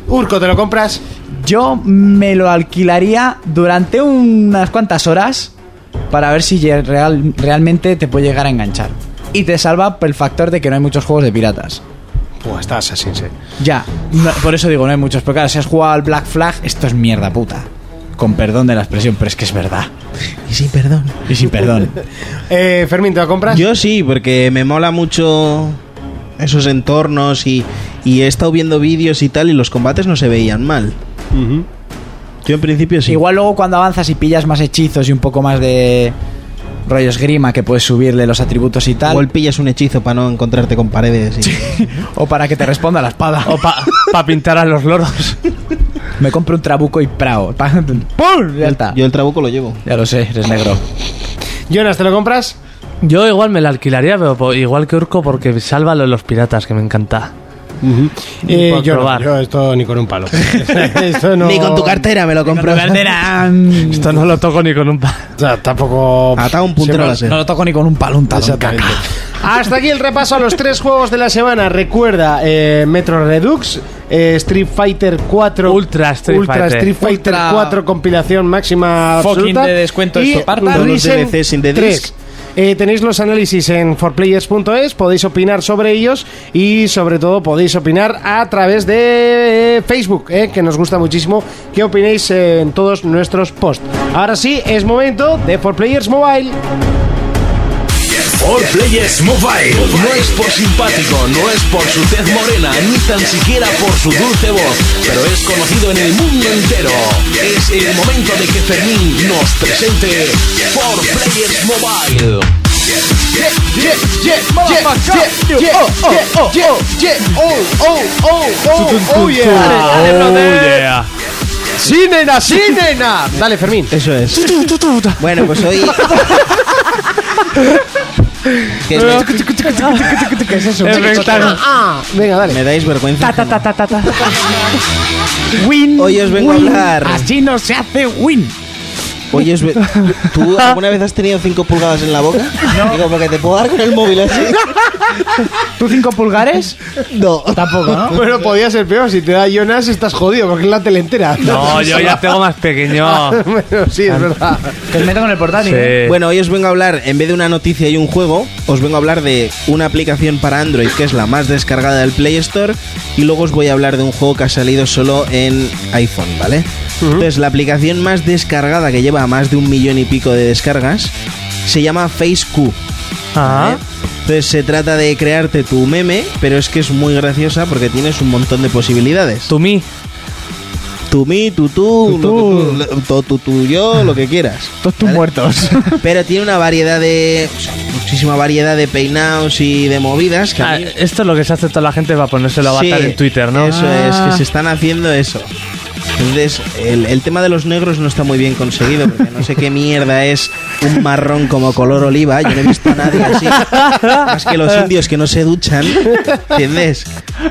Urco, ¿te lo compras? Yo me lo alquilaría durante unas cuantas horas para ver si ye- real- realmente te puede llegar a enganchar. Y te salva por el factor de que no hay muchos juegos de piratas. Pues está Assassin's. eh. Ya, no- por eso digo, no hay muchos. Pero claro, si has jugado al Black Flag, esto es mierda puta. Con perdón de la expresión, pero es que es verdad. Y sí, perdón. Y sin perdón. Eh, Fermín, ¿te lo compras? Yo sí, porque me mola mucho esos entornos y, y he estado viendo vídeos y tal y los combates no se veían mal. Yo en principio sí. Igual luego cuando avanzas y pillas más hechizos y un poco más de rollos grima que puedes subirle los atributos y tal. Igual pillas un hechizo para no encontrarte con paredes. y- O para que te responda la espada. O para pintar a los loros. Me compro un trabuco y prao. ¡Pum! Ya está. Yo el trabuco lo llevo. Ya lo sé, eres negro. Jonas, ¿te lo compras? Yo igual me la alquilaría, pero po- igual que Urco, porque salva lo de los piratas, que me encanta. Eh, Por yo, no, probar. yo esto ni con un *laughs* palo. Esto no- Ni con tu cartera me lo compro. Esto no lo toco ni con un pa. O sea, tampoco. Ata un puntero Siempre- láser. No lo toco ni con un palo, un talón, Exactamente. caca. Hasta aquí el repaso a los tres juegos de la semana. Recuerda eh, Metro Redux, eh, Street Fighter 4, Ultra Street Ultra Fighter. Street Fighter Ultra- 4 compilación máxima Fucking absoluta de descuento y esto, parta. Todos los Risen DLCs sin the 3. disc. Eh, tenéis los análisis en forplayers.es, podéis opinar sobre ellos y sobre todo podéis opinar a través de eh, Facebook, eh, que nos gusta muchísimo que opinéis eh, en todos nuestros posts. Ahora sí, es momento de For Players Mobile. For Players Mobile. No es por simpático, no es por su tez morena, ni tan siquiera por su dulce voz, pero es conocido en el mundo entero. Es el momento de que Fermín nos presente For Players Mobile. Oh, yeah. ¡Sí, nena! ¡Sí, nena! Dale, Fermín. *laughs* Eso es. bueno, pues hoy. Que me, Espectacular. Ah, venga, dale. me dais vergüenza. Hoy os vengo a hablar. Así no se hace win. Oye, es ve- ¿tú alguna vez has tenido 5 pulgadas en la boca? No. Digo, porque te puedo dar con el móvil así. ¿Tú cinco pulgares? No. Tampoco, ¿no? Bueno, podía ser peor. Si te da Jonas, estás jodido porque es la tele entera. No, yo ya tengo más pequeño. *laughs* bueno, sí, es verdad. Que meto con el portátil. Sí. Bueno, hoy os vengo a hablar, en vez de una noticia y un juego, os vengo a hablar de una aplicación para Android que es la más descargada del Play Store y luego os voy a hablar de un juego que ha salido solo en iPhone, ¿vale? Entonces, la aplicación más descargada que lleva más de un millón y pico de descargas se llama FaceQ. Ah, ¿vale? Entonces se trata de crearte tu meme, pero es que es muy graciosa porque tienes un montón de posibilidades. to me. Tú, mí, tú, tú, tú. lo que tú- lo- tú, tú, yo, lo que quieras. *laughs* Todos tus muertos. *laughs* Pero tiene una variedad de. o sea, muchísima variedad de peinados y de movidas que a Ah, mí- esto es lo que se hace toda la gente para ponerse el avatar Sí, en Twitter, ¿no? Ah. Eso es, que se están haciendo eso. Entonces, el, el tema de los negros no está muy bien conseguido, porque no sé qué mierda es un marrón como color oliva. Yo no he visto a nadie así. Más que los indios que no se duchan. ¿Entiendes?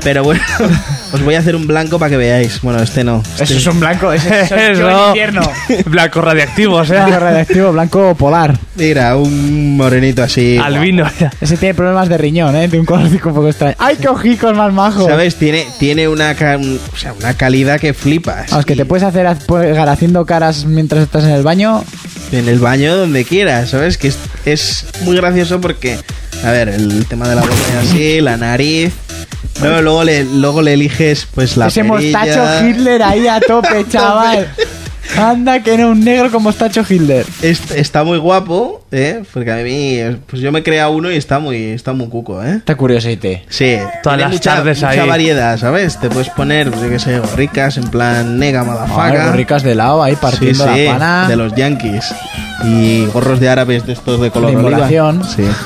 Pero bueno, *laughs* os voy a hacer un blanco para que veáis. Bueno, este no. Eso es un blanco. *laughs* Ese soy yo en Eso. *laughs* invierno. Blanco radiactivo, o Blanco sea. radioactivo, blanco polar. Mira, un morenito así. Albino. Ese tiene problemas de riñón, ¿eh? De un colorcico un poco extraño. ¡Ay, qué ojicos más majos! ¿Sabes? Tiene, tiene una, ca- un- o sea, una calidad que flipas. Ah, Vamos, que te puedes hacer haz- pegar haciendo caras mientras estás en el baño. En el baño, donde quieras, ¿sabes? Que es, es muy gracioso porque, a ver, el tema de la boca es así, la nariz. ¿no? Luego, le, luego le eliges, pues, la Ese perilla. mostacho Hitler ahí a *laughs* tope, chaval. Anda, que no, un negro con mostacho Hitler. Es- está muy guapo, ¿eh? Porque a mí, pues yo me crea uno y está muy, está muy cuco, ¿eh? Está curioso, te. Sí, Todas tiene las mucha, tardes mucha ahí. variedad, ¿sabes? Te puedes poner, pues, yo qué sé, ricas, en plan nega, madafaga. ricas de lado ahí partiendo Sí, sí, la pana. de los yankees y gorros de árabes de estos de color De oliva. inmolación. Sí. *laughs*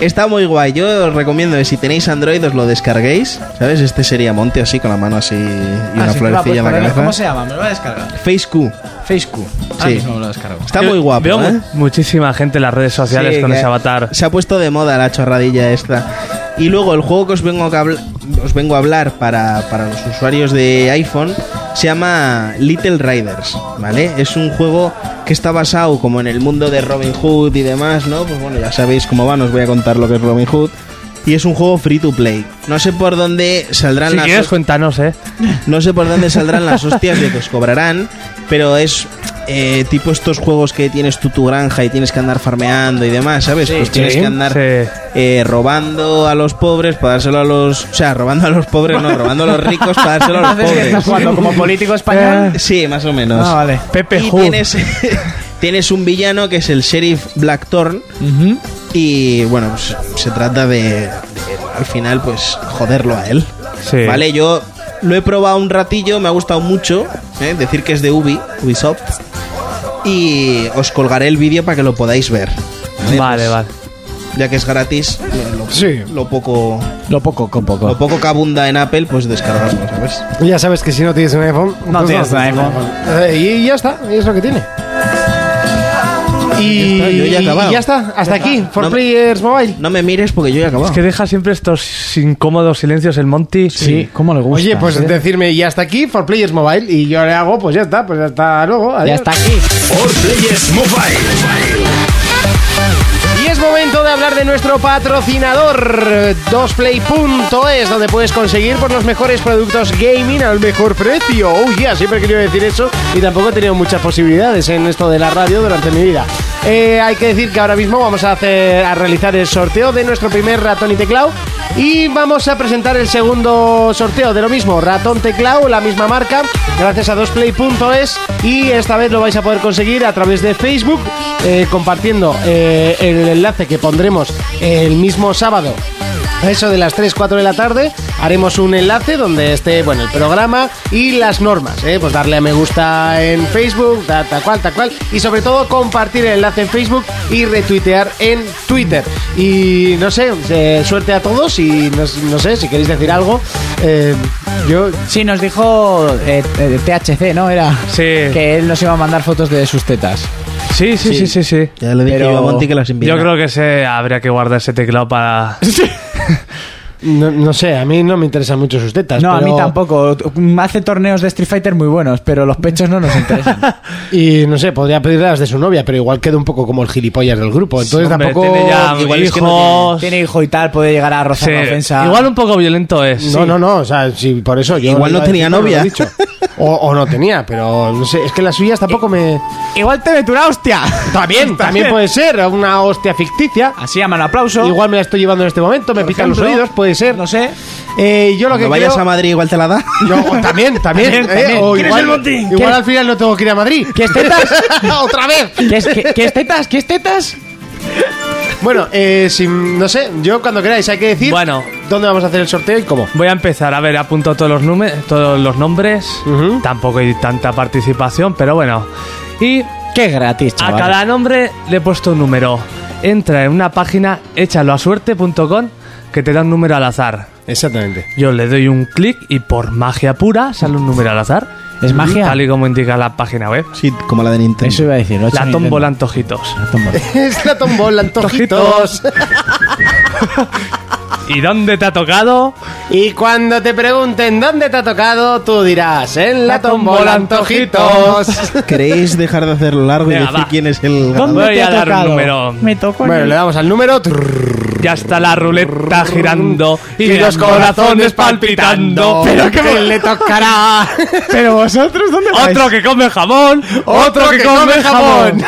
Está muy guay. Yo os recomiendo que si tenéis Android os lo descarguéis. ¿Sabes? Este sería Monte así, con la mano así y una Ah, sí, va, pues, florecilla en la para ver, cabeza. ¿Cómo se llama? Me lo voy a descargar. Face Q. Face Q. Ahora Sí. mismo me lo descargo. Está muy guapo, Veo ¿eh? mu- muchísima gente en las redes sociales Sí, con que ese avatar. Se ha puesto de moda la chorradilla esta. Y luego el juego que os vengo a, habl- os vengo a hablar para, para los usuarios de iPhone se llama Little Riders, ¿vale? Es un juego que está basado como en el mundo de Robin Hood y demás, ¿no? Pues bueno, ya sabéis cómo van, os voy a contar lo que es Robin Hood. Y es un juego free to play. No sé por dónde saldrán Si las quieres, cuéntanos, ¿eh? no sé por dónde saldrán las hostias de que os cobrarán, pero es eh, tipo estos juegos que tienes tú tu granja y tienes que andar farmeando y demás, ¿sabes? pues tienes sí, que andar sí. eh, robando a los pobres para dárselo a los. O sea, robando a los pobres, no, robando a los ricos para dárselo a los Entonces, ¿qué estás pobres. jugando? ¿Como Eh, político español? Sí, más o menos. Ah, vale. Pepe Y Hood. tienes, *laughs* tienes un villano que es el sheriff Blackthorn. Ujú. Y bueno, pues, se trata de, de, al final, pues joderlo a él. Sí. Vale, yo lo he probado un ratillo, me ha gustado mucho. ¿eh? Decir que es de Ubi, Ubisoft. Y os colgaré el vídeo para que lo podáis ver. Vale, vale. Ya que es gratis, lo, lo- Sí. lo poco, Lo poco, con poco. lo poco que abunda en Apple, pues descargarlo, ¿sabes? Ya sabes que si no tienes un iPhone. pues No tienes un iPhone. Eh, y ya está, y es lo que tiene. Y Ya está, yo ya he acabado. y ya está, hasta aquí, For No me- Players Mobile. No me mires porque yo ya he acabado. Es que deja siempre estos incómodos silencios el Monty. Sí, ¿cómo le gusta? Oye, pues eh? decirme, y hasta aquí, For Players Mobile. Y yo le hago, pues ya está, pues hasta luego. Ya adiós. está aquí. For Players Mobile. Y es momento de hablar de nuestro patrocinador, 2play.es, donde puedes conseguir por los mejores productos gaming al mejor precio. Oh, yeah, siempre he querido decir eso y tampoco he tenido muchas posibilidades en esto de la radio durante mi vida. Eh, hay que decir que ahora mismo vamos a, hacer, a realizar el sorteo de nuestro primer ratón y teclado y vamos a presentar el segundo sorteo de lo mismo, ratón teclado, la misma marca, gracias a 2play.es y esta vez lo vais a poder conseguir a través de Facebook eh, compartiendo eh, el enlace que pondremos el mismo sábado. A eso de las 3, 4 de la tarde haremos un enlace donde esté bueno, el programa y las normas. ¿eh? Pues darle a me gusta en Facebook, ta- tal cual, tal cual. Y sobre todo compartir el enlace en Facebook y retuitear en Twitter. Y no sé, eh, suerte a todos y no, no sé si queréis decir algo. eh, yo Sí, nos dijo eh, eh, THC, ¿no? Era Sí. que él nos iba a mandar fotos de sus tetas. Sí, sí, sí, sí, sí. Ya le dije Pero- yo a Monty que las invito. Yo creo que se habría que guardar ese teclado *laughs* para. No, no sé, a mí no me interesan mucho sus tetas. No, a mí pero- tampoco. Hace torneos de Street Fighter muy buenos, pero los pechos no nos interesan. Y no sé, podría pedirle las de su novia, pero igual queda un poco como el gilipollas del grupo. Entonces Hombre, tampoco. tiene ya igual es que hijos. Tiene hijo y tal, puede llegar a rozar Sí. la ofensa. Igual un poco violento es. No, no, no, o sea, sí, por eso yo. Igual lo iba no a tenía decir, pero lo novia. he dicho. O, o no tenía, pero no sé, es que las suyas tampoco me. Igual te mete una hostia. También, también puede ser, una hostia ficticia. Así a mano aplauso. Igual me la estoy llevando en este momento, me Por pican los ejemplo, oídos, puede ser. No sé. Eh, yo lo que Cuando vayas creo- a Madrid igual te la da. Yo, o también, también. También, eh, también. o ¿Quieres igual, el botín? igual ¿Quieres- al final no tengo que ir a Madrid. ¿Qué es tetas? *laughs* ¡Otra vez! ¿Qué es, qué- qué es este tetas? ¿Qué es tetas? Bueno, eh, si- no sé, yo cuando queráis hay que decir Bueno. dónde vamos a hacer el sorteo y cómo. Voy a empezar, a ver, apunto todos los, nume- todos los nombres. Tampoco hay tanta participación, pero bueno. Y Qué gratis, chaval. a cada nombre le he puesto un número. Entra en una página, échaloasuerte.com, que te da un número al azar. Exactamente. *laughs* Yo le doy un clic y por magia pura sale un número al azar. ¿Es magia? Tal y como indica la página web. Sí, como la de Nintendo. Eso iba a decir. lo he hecho La en tómbola Nintendo. antojitos. La tómbola. es la tombola, antojitos. *laughs* ¿Y dónde te ha tocado? y cuando te pregunten dónde te ha tocado, tú dirás, en la La tombola, tombola, antojitos. ¿Queréis dejar de hacerlo largo y Venga, decir va. quién es el ganador? *laughs* Voy te a ha dar un tocado? número. Me toco bueno, en le el- damos al número. Ya está la ruleta girando y, Y los corazones palpitando. Pero que le *laughs* tocará. Pero vosotros, ¿dónde vais? Otro que come jamón, otro que come jamón.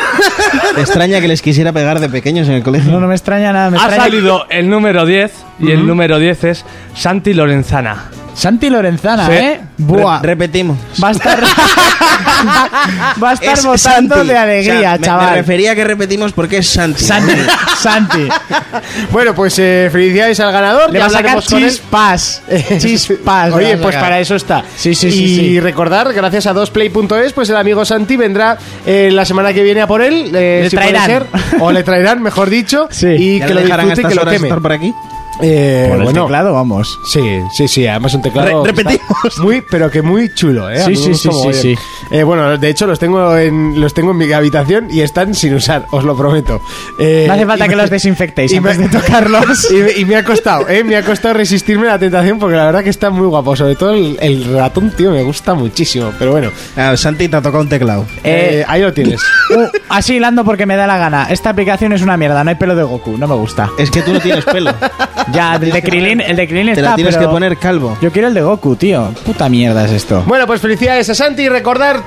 Te extraña que les quisiera pegar de pequeños en el colegio. No, no me Ah, extraña nada. Me Ha extraña- salido el número 10 y el número 10 es Santi Lorenzana. Santi Lorenzana, Sí. ¿eh? Buah. Re- repetimos. Va a estar, *laughs* va a estar Es votando Santi. de alegría, O sea, me- chaval. Me refería a que repetimos porque es Santi. Santi, Santi. *laughs* Bueno, pues eh, felicidades al ganador. Le ya va a sacar hablaremos con él. *laughs* chispas. Chispas. le Oye, va a pues sacar. para eso está. Sí, sí, y sí, sí. recordar, gracias a 2play.es, pues el amigo Santi vendrá eh, la semana que viene a por él. eh, Le si puede traerán. ser, o le *laughs* traerán, mejor dicho. Y Ya que le lo disfrute dejarán a y estas que lo horas queme. estar por aquí. Eh, Por el bueno, teclado, vamos. Sí, sí, sí, además un teclado. Re- que está Muy, pero que muy chulo, ¿eh? A Sí, mí me sí, gusta sí, sí, mogollón. sí. Eh, bueno, de hecho los tengo, en, los tengo en mi habitación y están sin usar, os lo prometo. Eh, No hace *laughs* falta y que me- los desinfectéis y me- *laughs* antes de tocarlos. y, me- y me ha costado, ¿eh? Me ha costado resistirme a la tentación porque la verdad que está muy guapo. Sobre todo el, el ratón, tío, me gusta muchísimo. Pero bueno, Ah, Santi te ha tocado un teclado. eh, Eh, ahí lo tienes. uh, así hilando porque me da la gana. Esta aplicación es una mierda, no hay pelo de Goku, no me gusta. Es que tú no tienes pelo. Ya, el de Krilin, el de Krilin Te está, la tienes pero que poner calvo. Yo quiero el de Goku, tío. Puta mierda es esto. Bueno, pues felicidades a Santi y recordar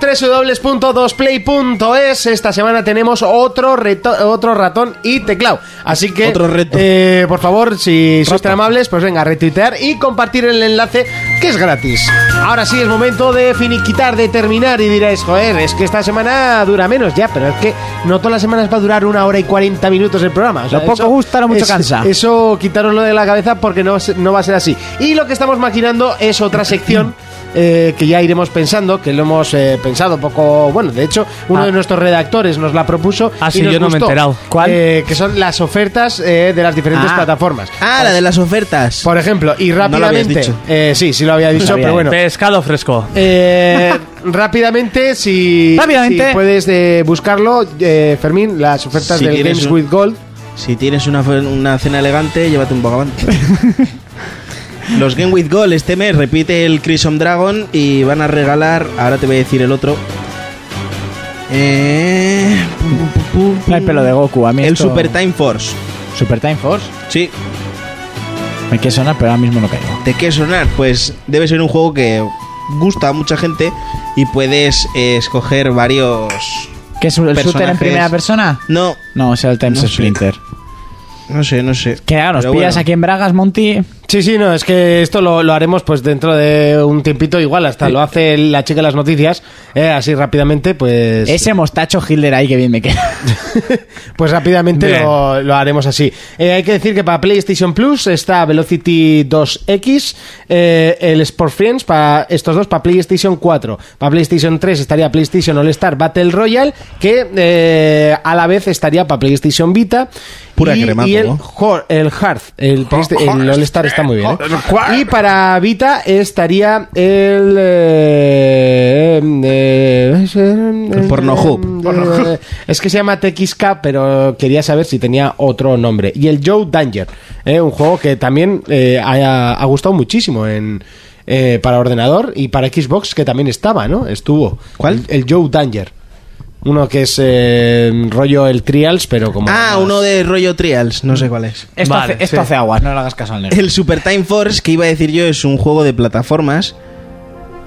www.2play.es. Esta semana tenemos otro, reto- otro ratón y teclado. Así que, Otro reto. eh, por favor, si sois tan amables, pues venga, retuitear y compartir el enlace que es gratis. Ahora sí es momento de finiquitar, de terminar y diréis, joder, es que esta semana dura menos ya, pero es que no todas las semanas va a durar una hora y 40 minutos el programa. O sea, Lo poco eso- gusta, lo mucho es- cansa. Eso quitároslo de la cabeza porque no, se- no va a ser así. Y lo que estamos maquinando es otra sección. eh, que ya iremos pensando, que lo hemos eh, pensado poco. Bueno, de hecho, uno Ah. de nuestros redactores nos la propuso. Ah, y sí, nos yo no me he gustó. enterado. ¿Cuál? Eh, que son las ofertas eh, de las diferentes Ah. plataformas. Ah, la de las ofertas. Por ejemplo, y No lo habías rápidamente. dicho. eh, sí, sí lo había dicho, había pero bueno. Pescado fresco. Eh, rápidamente, si, Rápidamente. si puedes eh, buscarlo, eh, Fermín, las ofertas Si del tienes Games un- with Gold. Si tienes una, fe- una cena elegante, llévate un bogavante. Los Game With Gold este mes repite el Crimson Dragon y van a regalar. Ahora te voy a decir el otro. Eh, pum, pum, pum, pum, No hay pelo de Goku, a mí El esto- Super Time Force. Super Time Force. Sí, Me quiere sonar, pero ahora mismo no caigo. ¿De qué sonar? Pues debe ser un juego que gusta a mucha gente y puedes eh, escoger varios. ¿Qué es el shooter en Personajes. primera persona? No, No, o sea, el Times No sé. Splinter. no sé, no sé. Que ya nos Pero pillas bueno. aquí en Bragas, Monty. Sí, sí, no, es que esto lo, lo haremos pues dentro de un tiempito igual, hasta lo hace la chica de las noticias, eh, así rápidamente, pues... Ese mostacho Hitler ahí que bien me queda. *laughs* Pues rápidamente Bien. lo, lo haremos así. Eh, hay que decir que para PlayStation Plus está Velocity 2X, eh, el Sport Friends, para estos dos, para PlayStation 4. Para PlayStation 3 estaría PlayStation All Star Battle Royale, que eh, a la vez estaría para PlayStation Vita. Pura y, cremato, y el, ¿no? Hor- el Hearth, el, Playsta- el All Star está muy bien. ¿eh? Y para Vita estaría el... eh, eh, El Pornohub. eh, eh, es que se llama TXK, pero quería saber si tenía otro nombre. Y el Joe Danger, eh, un juego que también eh, ha, ha gustado muchísimo en, eh, para ordenador y para Xbox, que también estaba, ¿no? Estuvo. ¿Cuál? El, el Joe Danger. Uno que es eh, rollo el Trials, pero como. Ah, uno de rollo Trials, no sé cuál es. Esto, Vale, hace, esto sí. hace aguas, no le hagas caso al negro. El Super Time Force, que iba a decir yo, es un juego de plataformas.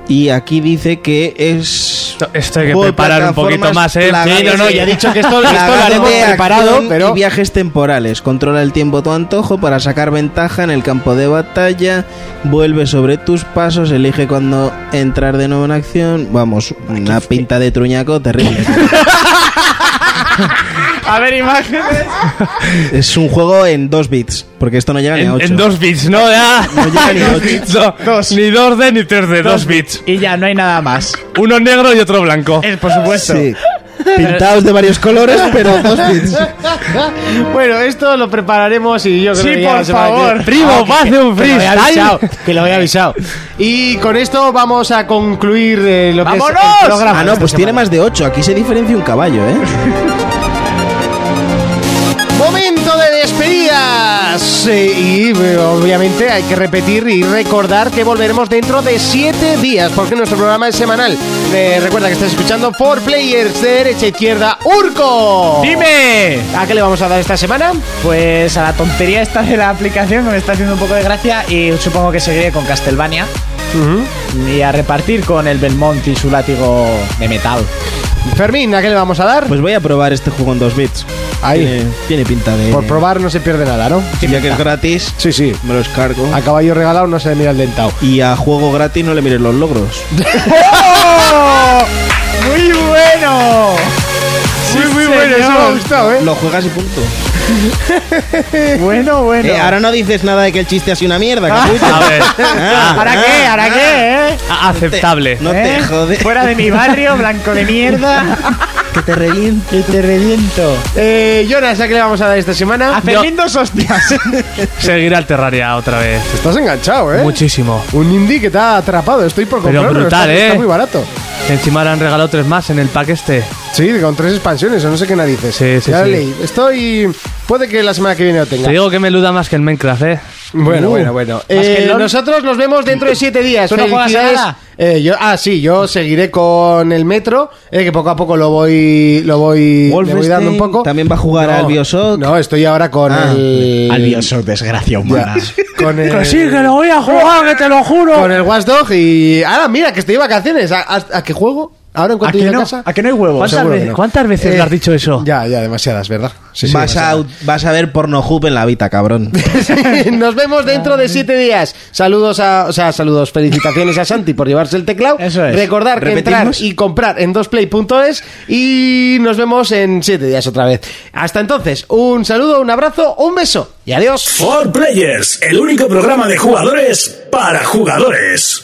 Y aquí dice que es. Esto hay que juego de preparar un poquito plataformas más, ¿eh? plagado Sí, no, no, de- ya he dicho que esto- esto lo plagado haremos de acción preparado, pero- y viajes temporales. Controla el tiempo a tu antojo para sacar ventaja en el campo de batalla. Vuelve sobre tus pasos. Elige cuando entrar de nuevo en acción. Vamos, una pinta de truñaco *laughs* terrible. A ver, imágenes. es un juego en 2 bits, porque esto no llega ni a En, 8. en dos bits, ¿no? Ya. No llega ni a ocho. *laughs* No, Ni 2D ni 3D, dos bits. Y ya, no hay nada más. Uno negro y otro blanco. Es, por supuesto. Sí. Pintados de varios colores, pero 2 *laughs* bits. *laughs* bueno, esto lo prepararemos y yo creo Sí, que. ya por la semana que favor. viene- Primo, Ah, haz un que lo había freestyle. avisado, Que lo había *laughs* avisado. Y con esto vamos a concluir eh, lo que es ¡Vámonos! el programa. Ah, de no, esta pues tiene semana. más de 8. Aquí se diferencia un caballo, *laughs* ¿eh? Momento de despedidas. Eh, Y eh, obviamente hay que repetir y recordar que volveremos dentro de siete días, porque nuestro programa es semanal. Eh, recuerda que estás escuchando For Players de derecha a izquierda, Urco. ¡Dime! ¿A qué le vamos a dar esta semana? Pues a la tontería esta de la aplicación que me está haciendo un poco de gracia y supongo que seguiré con Castlevania. y a repartir con el Belmont y su látigo de metal. Fermín, ¿a qué le vamos a dar? Pues voy a probar este juego en dos bits. Ahí. Tiene, tiene pinta de. Por probar no se pierde nada, ¿no? Ya que es gratis, Sí, sí. me los cargo. A caballo regalado no se le mira el dentado. Y a juego gratis no le mires los logros. ¡Muy bueno! muy, muy bueno, eso me ha gustado, ¿eh? Lo juegas y punto. Bueno, bueno. Eh, ahora no dices nada de que el chiste ha sido una *laughs* mierda, capullo. A ver, Ah, ¿Ahora qué? ah, ¿Ahora ah. qué, eh? *laughs* a- *laughs* aceptable. No te ¿Eh? jodes. Fuera de mi barrio, blanco de mierda. Que te reviento. Que te reviento. Eh, Jonas, ¿a qué le vamos a dar esta semana? *laughs* A Fermín dos hostias. Seguir al Terraria otra vez. Estás enganchado, ¿eh? Muchísimo. Un indie que te ha atrapado. Estoy por Pero comprarlo. brutal, está, Está ¿eh? muy barato. Encima le han regalado tres más en el pack este. Sí, con tres expansiones o no sé qué narices. Sí, sí, Ya sí. leí. Estoy... Puede que la semana que viene lo tenga. Te digo que me luda más que el Minecraft, eh. Bueno, Uh. bueno, bueno. Más que Eh, el LOL. nosotros nos vemos dentro de siete días. ¿Tú no juegas Felicidades. a nada? Eh, yo, ah, sí, yo seguiré con el metro, eh, que poco a poco lo voy, lo voy, le voy dando un poco. También va a jugar No, al Bioshock. No, estoy ahora con Ah, el. desgracia humana. Con el, lo voy a jugar, que te lo juro. Eh, con el Watchdog y. Ahora, mira, que estoy de vacaciones. ¿A, a, a qué juego? Ahora en ¿A cuanto que, llegue a no, casa. ¿A que no hay huevos? ¿Cuántas, seguro ve- que no. cuántas veces Eh, le has dicho eso? Ya, ya, demasiadas, ¿verdad? Sí, sí, vas, a, demasiadas. vas a ver Pornohub en la vida, cabrón. *laughs* Nos vemos dentro de siete días. Saludos a, o sea, saludos, felicitaciones a Santi por llevarse el teclado. Eso es. Recordar que entrar ¿Repetimos? y comprar en dosplay.es y nos vemos en siete días otra vez. Hasta entonces, un saludo, un abrazo, un beso y adiós. For Players, el único programa de jugadores para jugadores.